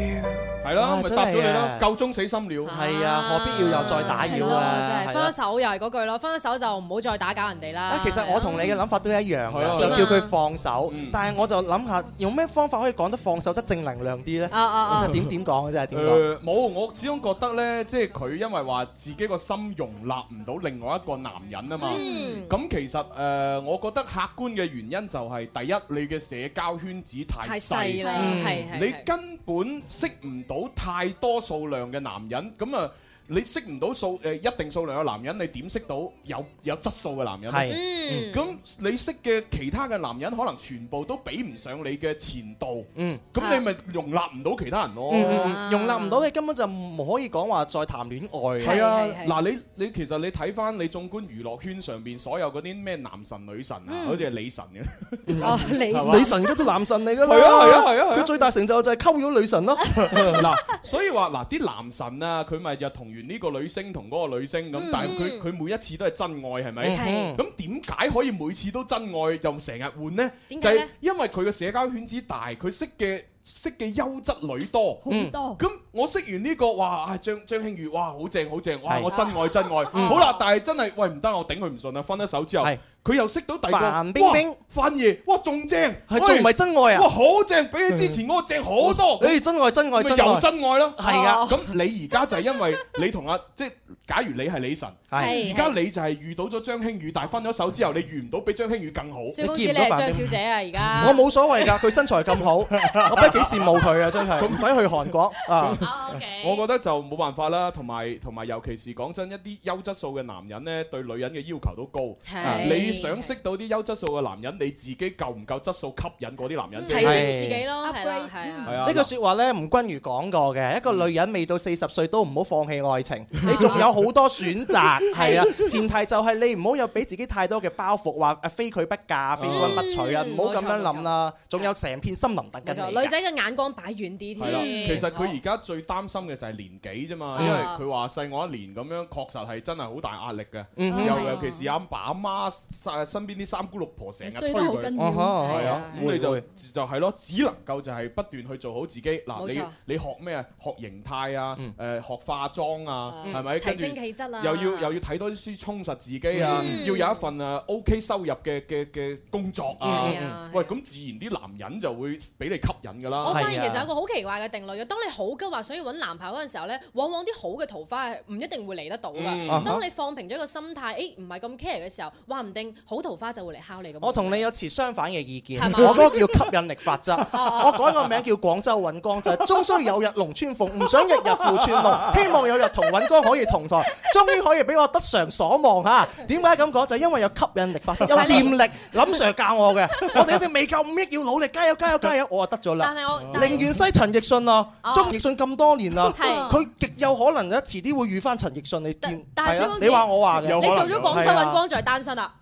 Speaker 7: 係咯，
Speaker 9: 啊
Speaker 7: 咪
Speaker 9: 真
Speaker 7: 答咗你
Speaker 9: 係
Speaker 7: 咯
Speaker 9: 啊，
Speaker 7: 夠鐘死心了。
Speaker 9: 係啊何必要又再打擾啊
Speaker 8: 係
Speaker 9: 係啊
Speaker 8: 分手又係嗰句咯，分咗手就唔好再打攪人哋啦
Speaker 9: 啊。，其實我同你嘅諗法都一樣
Speaker 8: 係啊
Speaker 9: 嘅，
Speaker 8: 點
Speaker 9: 就
Speaker 8: 啊
Speaker 9: 叫佢放手。但係我就諗下，用咩方法可以講得放手得正能量啲咧？
Speaker 8: 啊啊啊
Speaker 9: 點點講嘅真係點講？
Speaker 7: 呃誒冇，我始終覺得呢，即係佢因為話自己個心容納唔到另外一個男人啊嘛。
Speaker 18: 嗯
Speaker 7: 咁其實誒，呃我覺得客觀嘅原因就係第一，你嘅社交圈子太
Speaker 8: 太細
Speaker 7: 細
Speaker 8: 啦
Speaker 7: 嗯
Speaker 8: 係係
Speaker 7: 你
Speaker 8: 係
Speaker 7: 根本識唔到太多數量嘅男人，咁啊。你識唔到數誒一定數量嘅男人，你點識到有有質素嘅男人呢？
Speaker 9: 係嗯
Speaker 7: 咁你識嘅其他嘅男人，可能全部都比唔上你嘅前度。
Speaker 9: 嗯，
Speaker 8: 啊
Speaker 7: 咁你咪容納唔到其他人咯。
Speaker 9: 嗯嗯嗯容納唔到你根本就唔可以講話再談戀愛。
Speaker 7: 係啊，嗱你你其實你睇翻你縱觀娛樂圈上邊所有嗰啲咩男神女神啊，
Speaker 9: 嗯
Speaker 7: 好似係李晨嘅，
Speaker 8: 哦
Speaker 7: 係 嘛
Speaker 9: 女神而家都男神嚟㗎啦，
Speaker 7: 係啊係啊係啊係啊
Speaker 9: 佢最大成就就係溝咗女神 咯。
Speaker 7: 嗱，所以話嗱啲男神啊，佢咪就同完呢個女星同嗰個女星咁
Speaker 9: 嗯，
Speaker 7: 但係佢佢每一次都係真愛係咪？
Speaker 9: 係
Speaker 7: 咁點解可以每次都真愛就成日換呢？
Speaker 8: 點
Speaker 7: 就
Speaker 8: 解呢
Speaker 7: 係因為佢嘅社交圈子大，佢識嘅。識嘅優質女多，好
Speaker 8: 多
Speaker 7: 咁我識完呢個，哇！啊張張馨予，哇，好正好正，哇！
Speaker 9: 係
Speaker 7: 我真愛真愛。
Speaker 9: 嗯
Speaker 7: 好啦，但係真係，喂唔得，我頂佢唔順啊啦。分咗手之後，佢又識到第二個，
Speaker 9: 范冰冰
Speaker 7: 哇，范爺，哇，仲正，
Speaker 9: 係仲唔係真愛啊嗯
Speaker 7: 哇，好正，比起之前嗰個正好多。
Speaker 9: 誒真愛真愛
Speaker 7: 咪
Speaker 9: 真
Speaker 7: 又
Speaker 9: 愛
Speaker 7: 真愛咯，
Speaker 9: 係啊
Speaker 7: 咁你而家就係因為你同阿即係，假如你係李晨，
Speaker 9: 係
Speaker 7: 而家你就係遇到咗張馨予，但係分咗手之後，你遇唔到比張馨予更好。
Speaker 8: 蕭公子，你係張小姐啊，而家
Speaker 9: 我冇所謂㗎，佢身材咁好，我不幾羨慕佢啊！真係唔使去韓國啊！
Speaker 8: 哦
Speaker 7: 我覺得就冇辦法啦，同埋同埋，尤其是講真，一啲優質素嘅男人呢，對女人嘅要求都高。啊
Speaker 9: 係
Speaker 7: 你想識到啲優質素嘅男人，你自己夠唔夠質素吸引嗰啲男人先？
Speaker 8: 提升自己咯，係啦，係
Speaker 7: 係啊
Speaker 8: 啊。嗯
Speaker 9: 呢句説話咧，吳君如講過嘅，一個女人未到四十歲都唔好放棄愛 情，你仲有好多選擇，係啊，前提就係你唔好有俾自己太多嘅包袱，話啊非佢不嫁、非君不娶啊，唔
Speaker 8: 嗯
Speaker 9: 好咁樣諗啦，仲有成片森林等緊
Speaker 8: 冇錯
Speaker 9: 你㗎。
Speaker 8: 女仔嘅眼光擺遠啲添。嗯哦
Speaker 7: 係啦，其實佢而家最擔心嘅就係年紀啫嘛，因為
Speaker 8: 啊
Speaker 7: 佢話細我一年咁樣，確實係真係好大壓力嘅。
Speaker 9: 嗯哼
Speaker 7: 又尤其是阿爸阿媽身身邊啲三姑六婆成日催
Speaker 9: 追得好
Speaker 7: 佢，
Speaker 9: 緊要啊哈
Speaker 7: 係啊，
Speaker 9: 會
Speaker 7: 咁你就
Speaker 9: 會
Speaker 7: 就係咯，只能夠就係不斷去做好自己。嗱，
Speaker 8: 冇錯
Speaker 7: 你你學咩啊？學形態啊，
Speaker 9: 嗯
Speaker 7: 誒學化妝啊，
Speaker 8: 嗯
Speaker 7: 係咪？
Speaker 8: 提
Speaker 7: 跟住
Speaker 8: 升氣質啊
Speaker 7: 又要又要睇多啲書充實自己啊，
Speaker 8: 嗯
Speaker 7: 要有一份誒 OK 收入嘅嘅嘅工作
Speaker 8: 嗯係
Speaker 7: 啊
Speaker 8: 啊。
Speaker 7: 喂，咁啊自然啲男人就會俾你吸引㗎啦。
Speaker 8: 我發現其實有一個好奇怪嘅定律嘅，當你好急話想要揾男朋友嗰陣時候咧，往往啲好嘅桃花係唔一定會嚟得到
Speaker 9: 嗯啊
Speaker 8: 噶。
Speaker 9: 哈
Speaker 8: 當你放平咗個心態，誒唔係咁 care 嘅時候，話唔定好桃花就會嚟敲你咁。
Speaker 9: 我同你有持相反嘅意見，
Speaker 8: 係嘛
Speaker 9: 我嗰個叫吸引力法則，
Speaker 8: 哦
Speaker 9: 我改個名叫廣州尹光，就係終須有日龍穿鳳，唔想日日負穿 龍，希望有日同尹光可以同台，終於可以俾我得償所望嚇。點解咁講？就因為有吸引力法則，有
Speaker 8: 係你
Speaker 9: 念力，林 Sir 教我嘅，我哋一定未夠五億要努力，加油加油加油，我就得咗啦
Speaker 8: 但。係我但
Speaker 9: 寧願西陳奕迅啊，
Speaker 8: 哦
Speaker 9: 鍾奕迅咁多年啦，
Speaker 8: 係
Speaker 9: 佢極有可能咧，遲啲會遇翻陳奕迅你見，
Speaker 8: 但
Speaker 9: 係
Speaker 8: 係小
Speaker 9: 啊
Speaker 8: 公子
Speaker 9: 你話我話嘅，
Speaker 8: 你做咗廣州
Speaker 9: 係啊
Speaker 8: 揾光在單身啦，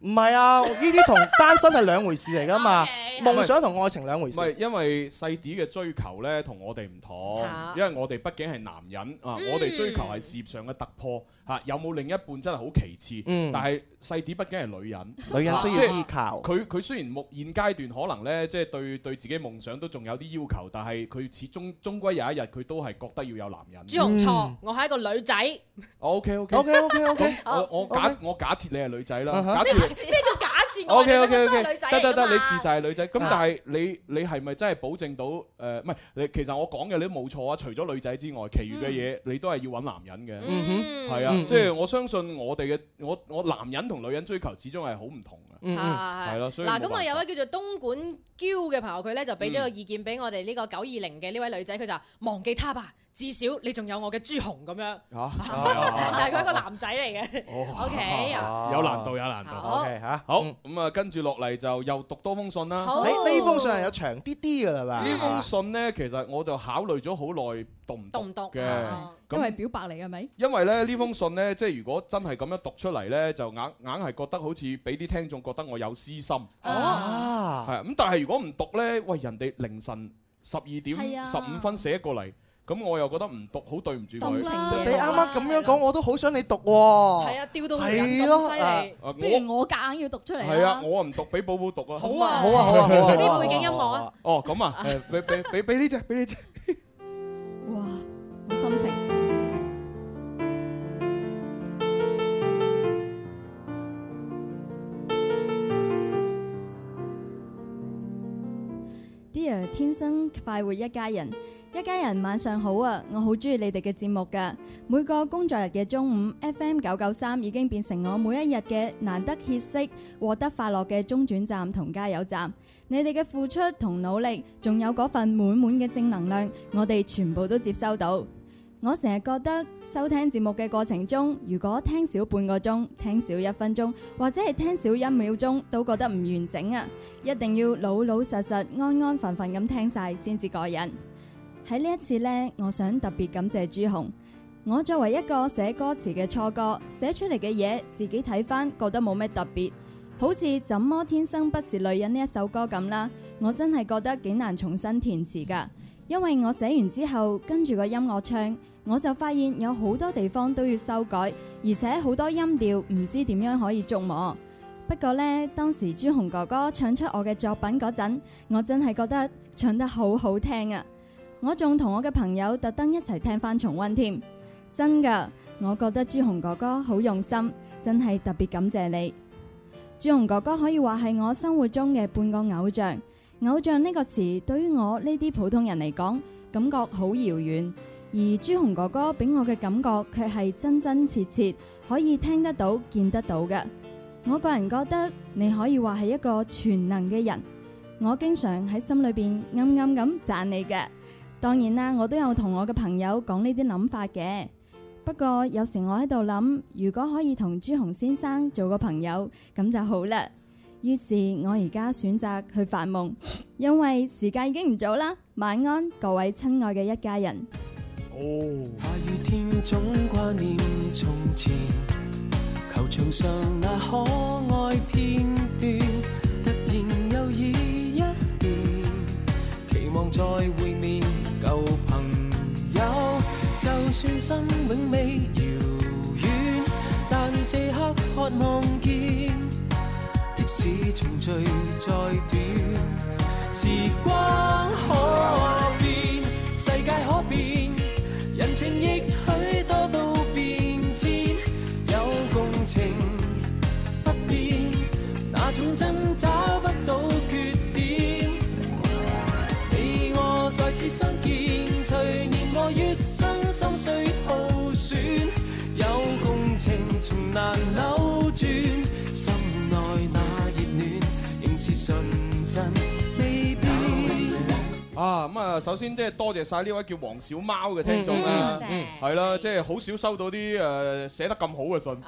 Speaker 9: 唔係啊，呢啲同單身係兩回事嚟噶
Speaker 2: 哦
Speaker 9: 嘛，夢想同愛情兩回
Speaker 7: 唔
Speaker 9: 事。
Speaker 7: 係，因為細啲嘅追求呢，同我哋唔同
Speaker 9: 嚇，
Speaker 7: 因為我哋畢竟係男人啊，
Speaker 9: 嗯
Speaker 7: 我哋追求係事業上嘅突破嚇，有冇另一半真係好其次
Speaker 9: 嗯，
Speaker 7: 但係細啲畢竟係女人，
Speaker 9: 女人需要
Speaker 7: 啊即係
Speaker 9: 依靠
Speaker 7: 佢佢雖然目現階段可能呢，即係對對自己夢想都仲有啲要求，但係佢始終終歸有一日佢都係覺得要有男人。
Speaker 8: 朱紅
Speaker 9: 嗯
Speaker 8: 錯，我係一個女仔。咩
Speaker 7: O K O K
Speaker 9: OK OK OK，
Speaker 7: 我我假我假設你係女仔
Speaker 9: 嗯
Speaker 7: 啦，假設你。
Speaker 8: 叫假設我
Speaker 7: O
Speaker 8: 係
Speaker 7: K O K O
Speaker 8: 女仔真
Speaker 7: K，
Speaker 8: 係女仔
Speaker 7: 得得
Speaker 8: 嚟㗎
Speaker 7: 得，
Speaker 8: 嘛
Speaker 7: 你事實係女仔，咁
Speaker 8: 啊
Speaker 7: 但係你你係咪真係保證到誒？唔係你其實我講嘅你都冇錯啊，除咗女仔之外，其餘嘅嘢你都係要揾男人嘅。
Speaker 9: 嗯
Speaker 7: 係啊
Speaker 9: 嗯，
Speaker 7: 即係我相信我哋嘅我我男人同女人追求始終係好唔同
Speaker 9: 嗯
Speaker 7: 嘅。係咯，所以
Speaker 8: 嗱，
Speaker 7: 冇
Speaker 8: 咁
Speaker 7: 辦
Speaker 8: 啊
Speaker 7: 法
Speaker 8: 有位叫做東莞嬌嘅朋友，佢咧就俾咗個意見俾我哋呢個九二零嘅呢位女仔，佢就話忘記他吧，至少你仲有我嘅朱紅咁樣。
Speaker 7: 嚇，
Speaker 9: 嗯
Speaker 8: 但係佢係一個男仔嚟嘅。
Speaker 7: 哦
Speaker 8: OK 啊，
Speaker 7: 有難度有難度。
Speaker 8: 好 OK，
Speaker 9: 嚇，
Speaker 7: 好咁啊，跟住落嚟就又讀多封信啦。
Speaker 2: 哦
Speaker 9: 誒呢封信係有長啲啲㗎啦嘛，
Speaker 7: 呢封信呢，其實我就考慮咗好耐，讀唔
Speaker 2: 讀唔讀
Speaker 7: 嘅
Speaker 2: 啊？
Speaker 7: 咁
Speaker 2: 因為表白嚟嘅咪？
Speaker 7: 因為咧呢封信呢，即係如果真係咁樣讀出嚟呢，就硬硬係覺得好似俾啲聽眾覺得我有私心。
Speaker 9: 哦，
Speaker 7: 係咁，但係如果唔讀呢，喂人哋凌晨十二
Speaker 9: 係
Speaker 7: 點
Speaker 9: 啊
Speaker 7: 十五分寫過嚟，咁我又覺得唔讀好對唔住佢。
Speaker 9: 你啱啱咁樣講，我都好想你讀喎。
Speaker 2: 係啊吊到人
Speaker 9: 係
Speaker 2: 咁
Speaker 9: 咯
Speaker 2: 犀利
Speaker 9: 啊
Speaker 7: 啊
Speaker 2: 不如我夾硬要讀出嚟
Speaker 7: 係啊，
Speaker 2: 啦。
Speaker 7: 我唔讀，俾寶寶讀啊。
Speaker 2: 好啊好啊好啊好啊好啊啲背景音樂啊。
Speaker 7: 哦，咁啊，誒俾俾俾俾呢只，俾呢只。
Speaker 2: 哇，好心情。Dear 天生快活一家人，一家人晚上好啊！我好中意你哋嘅節目噶。每個工作日嘅中午，FM 九九三已經變成我每一日嘅難得歇息、獲得快樂嘅中轉站同加油站。你哋嘅付出同努力，仲有嗰份滿滿嘅正能量，我哋全部都接收到。我成日覺得收聽節目嘅過程中，如果聽少半個鐘、聽少一分鐘，或者係聽少一秒鐘，都覺得唔完整啊！一定要老老實實、安安分分咁聽晒先至過癮。喺呢一次呢，我想特別感謝朱紅。我作為一個寫歌詞嘅初哥，寫出嚟嘅嘢自己睇翻，覺得冇咩特別，好似《怎麼天生不是女人》呢一首歌咁啦。我真係覺得幾難重新填詞噶，因為我寫完之後跟住個音樂唱，我就發現有好多地方都要修改，而且好多音調唔知點樣可以捉摸。不過呢，當時朱紅哥哥唱出我嘅作品嗰陣，我真係覺得唱得好好聽啊！我仲同我嘅朋友特登一齊聽翻重温添，真噶！我覺得朱紅哥哥好用心，真係特別感謝你。朱紅哥哥可以話係我生活中嘅半個偶像。偶像呢個詞對於我呢啲普通人嚟講，感覺好遙遠。而朱紅哥哥俾我嘅感覺，卻係真真切切，可以聽得到、見得到嘅。我個人覺得你可以話係一個全能嘅人，我經常喺心裏邊暗暗咁讚你嘅。當然啦，我都有同我嘅朋友講呢啲諗法嘅。不過有時我喺度諗，如果可以同朱紅先生做個朋友，咁就好啦。於是我而家選擇去發夢，因為時間已經唔早啦。晚安，各位親愛嘅一家人。
Speaker 12: 下雨天總掛念從前，球場上那可愛片段，突然又已一年，期望再會面舊朋友，就算心永未遙遠，但這刻渴望見，即使重聚再短。時光可變，世界可變，人情亦許多到變遷。有共情不變，那種真找不到缺點。你我再次相見，隨年我月身心碎耗損。有共情從難扭轉，心內那熱暖仍是純真未變。
Speaker 7: 啊咁啊，首先即係多謝晒呢位叫黃小貓嘅聽眾啦
Speaker 12: 嗯嗯，
Speaker 7: 係啦，即係好少收到啲誒寫得咁好嘅信，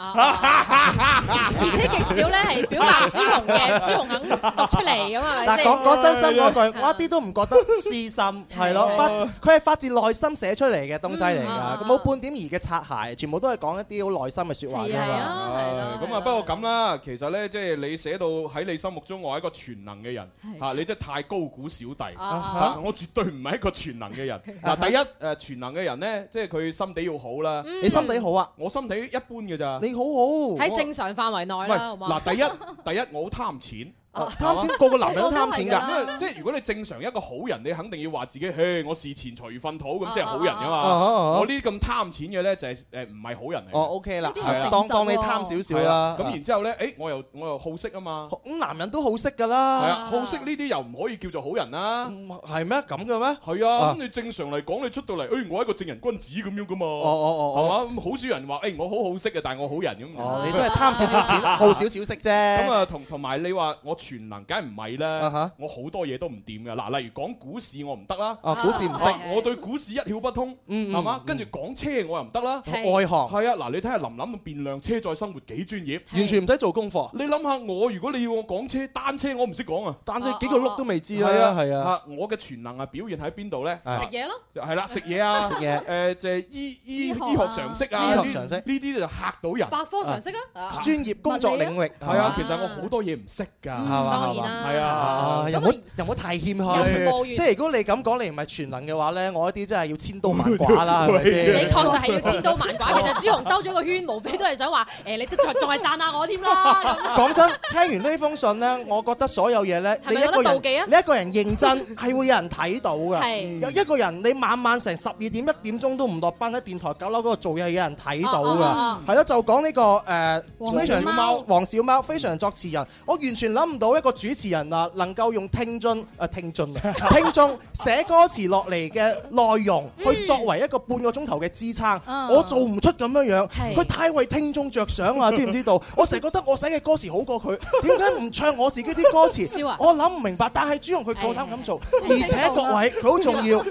Speaker 8: 而且極少咧係表白朱 紅嘅，朱紅肯讀出嚟咁啊！
Speaker 9: 嗱，講講真心嗰句，我一啲都唔覺得私心，係咯，發佢係發自內心寫出嚟嘅東西嚟㗎，冇半點兒嘅擦鞋，全部都係講一啲好內心嘅説
Speaker 8: 啊
Speaker 9: 話㗎嘛。
Speaker 7: 唉咁啊，不過咁啦，其實咧，即係你寫到喺你心目中，我係一個全能 嘅人
Speaker 9: 係
Speaker 7: 嚇，你真係太高估小弟
Speaker 9: 啊啊
Speaker 7: 嚇，我絕對唔係一個全能 嘅人。嗱，第一誒，全能嘅人咧，即係佢心地要好啦。
Speaker 8: 嗯你心地
Speaker 9: 好啊？
Speaker 7: 我心地一般嘅咋。
Speaker 9: 你好啊好
Speaker 8: 喺正常範圍內啦，好
Speaker 7: 唔
Speaker 8: 嘛？
Speaker 7: 係嗱，第一第一我好 貪錢。
Speaker 8: 哦
Speaker 9: 貪錢個個男人都貪錢㗎
Speaker 7: 因為即係如果你正常一個好人，你肯定要話自己，嘿，我視錢財如糞土咁先係好人㗎
Speaker 9: 啊啊啊啊
Speaker 7: 嘛。我呢啲咁貪錢嘅咧，就係誒唔係好人嚟嘅。
Speaker 9: 哦，OK 啦，
Speaker 7: 呢啲好
Speaker 9: 係啦
Speaker 7: 誠實
Speaker 9: 當
Speaker 7: 喎
Speaker 9: 當你貪少少啦。啊
Speaker 7: 係啊咁然之後咧，誒我又我又好色啊嘛。
Speaker 9: 咁男人都好識㗎
Speaker 7: 係啊，
Speaker 9: 啦。
Speaker 7: 好色呢啲又唔可以叫做好人啦。
Speaker 9: 係咩？咁嘅咩？
Speaker 7: 係啊，
Speaker 9: 嗯啊
Speaker 7: 咁你正常嚟講，你出到嚟，誒，我係一個正人君子咁樣噶嘛。哦
Speaker 9: 哦哦
Speaker 7: 係嘛？咁好少人話，誒，哎我好好色嘅，但係我好人咁。
Speaker 9: 哦，你都係貪少少錢， 好少少識啫。
Speaker 7: 咁啊，同同埋你話我全能，梗係唔係
Speaker 9: 啊
Speaker 7: 啦？我好多嘢都唔掂嘅。嗱，例如講股市我唔得啦，
Speaker 9: 啊股市唔識
Speaker 7: 啊我對股市一竅不通，
Speaker 9: 嗯
Speaker 7: 係嘛？跟住講車我又唔得啦，
Speaker 9: 係外行
Speaker 7: 係啊，嗱，你睇下林林咁變量車載生活幾專業，嗯
Speaker 9: 完全唔使做功課。
Speaker 7: 你諗下，我如果你要我講車，單車我唔識講啊，
Speaker 9: 單車幾個轆都未知啦
Speaker 7: 係
Speaker 9: 係啊
Speaker 7: 啊，我嘅全能啊表現喺邊度咧？
Speaker 9: 係食
Speaker 8: 嘢咯，
Speaker 7: 就係啦，食嘢啊，
Speaker 9: 食嘢
Speaker 7: 誒就係醫醫醫
Speaker 8: 醫學啊
Speaker 7: 學常識啊，
Speaker 9: 醫學
Speaker 7: 呢
Speaker 9: 常識
Speaker 7: 呢啲就嚇到人，
Speaker 8: 百科常識啊，
Speaker 9: 專業工作領域
Speaker 7: 係啊，其實我好多嘢唔識㗎，係
Speaker 9: 嘛
Speaker 8: 當然啦
Speaker 7: 係啊，
Speaker 9: 又唔好又唔好太謙
Speaker 7: 有冇
Speaker 9: 虛，即係如果你咁講，你唔係全能嘅話咧，我一啲真係要千刀萬剐 啦，係咪先？
Speaker 8: 你確實係要千刀萬剐嘅，就朱紅兜咗個圈，無非都係想話誒，你都 仲仲係讚下我添啦。 咁
Speaker 9: 講真，聽完呢封信咧，我覺得所有嘢咧，
Speaker 8: 係咪
Speaker 9: 你一
Speaker 8: 有
Speaker 9: 個
Speaker 8: 得
Speaker 9: 人
Speaker 8: 妒忌啊
Speaker 9: 你一個人認真係會有人睇到
Speaker 8: 係
Speaker 9: 嘅。有一個人你晚晚成十二點一點鐘都唔落班喺電台九樓嗰度做嘢，有人睇到啊
Speaker 8: 哦哦哦
Speaker 9: 嘅。係咯，就講呢個呃誒
Speaker 8: 黃小貓
Speaker 9: 黃小貓非常作詞人，我完全諗唔到一個主持人啊，能夠用聽進誒聽進啊 聽眾寫歌詞落嚟嘅內容，去作為一個半個鐘頭嘅支撐，
Speaker 12: 嗯
Speaker 9: 我做唔出咁樣樣。
Speaker 12: 係
Speaker 9: 佢太為聽眾着想啊，知唔知道？我成日覺得我寫嘅歌詞好過佢，點解唔唱我自己啲歌詞
Speaker 12: 笑啊？
Speaker 9: 我諗唔明白，但係朱紅佢夠膽咁做，而且各位哎佢好重要，
Speaker 8: 哎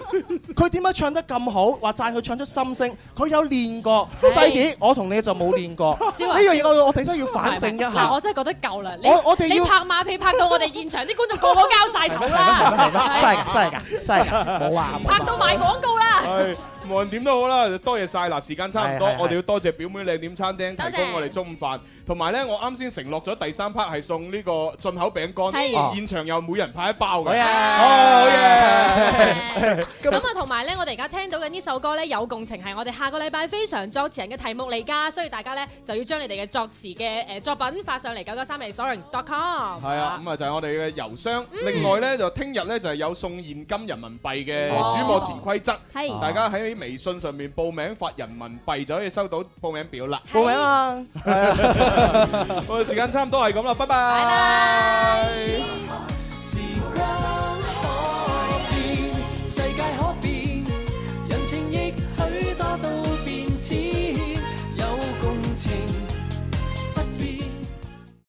Speaker 9: 佢點解唱得咁好？話讚佢唱出心聲，佢有練過。
Speaker 8: 係
Speaker 9: 細啲，我同你就冇練過。呢
Speaker 8: 笑啊
Speaker 9: 樣嘢我我哋真係要反省一
Speaker 8: 嗱，我
Speaker 9: 下。
Speaker 8: 真係覺得夠啦。你
Speaker 9: 我我哋
Speaker 8: 你
Speaker 9: 要
Speaker 8: 拍馬屁拍到我哋現場啲觀眾個個交晒頭
Speaker 9: 係咪係咪真係
Speaker 8: 啦，
Speaker 9: 㗎，真係㗎，真係㗎，冇話冇話
Speaker 8: 拍到賣廣告啦。
Speaker 7: 係，無論點都好啦，多謝晒嗱，時間差唔多
Speaker 9: 係係，係
Speaker 7: 我哋要多謝表妹靚點餐廳
Speaker 8: 多謝
Speaker 7: 提供我哋中午飯，同埋咧，我啱先承諾咗第三 part 係送呢個進口餅
Speaker 8: 係
Speaker 7: 乾，現場又每人派一包
Speaker 9: 哦好
Speaker 7: 嘅，
Speaker 9: 嘢
Speaker 7: 好嘢，
Speaker 8: 咁啊，同埋咧，我哋而家聽到嘅呢首歌咧，有共情係我哋下個禮拜非常作詞人嘅題目嚟㗎，所以大家咧就要將你哋嘅作詞嘅誒作品發上嚟九九三零 sorry.com。
Speaker 7: 係啊，咁啊就係我哋嘅郵箱。
Speaker 8: 嗯
Speaker 7: 另外咧就聽日咧就係有送現金人民幣嘅
Speaker 8: 哦
Speaker 7: 主播潛規則，
Speaker 8: 係
Speaker 7: 大家喺微信上面報名發人民幣就可以收到報名表啦。
Speaker 9: 報名啊！
Speaker 7: 我哋時間差唔多係咁啦，拜拜。拜拜。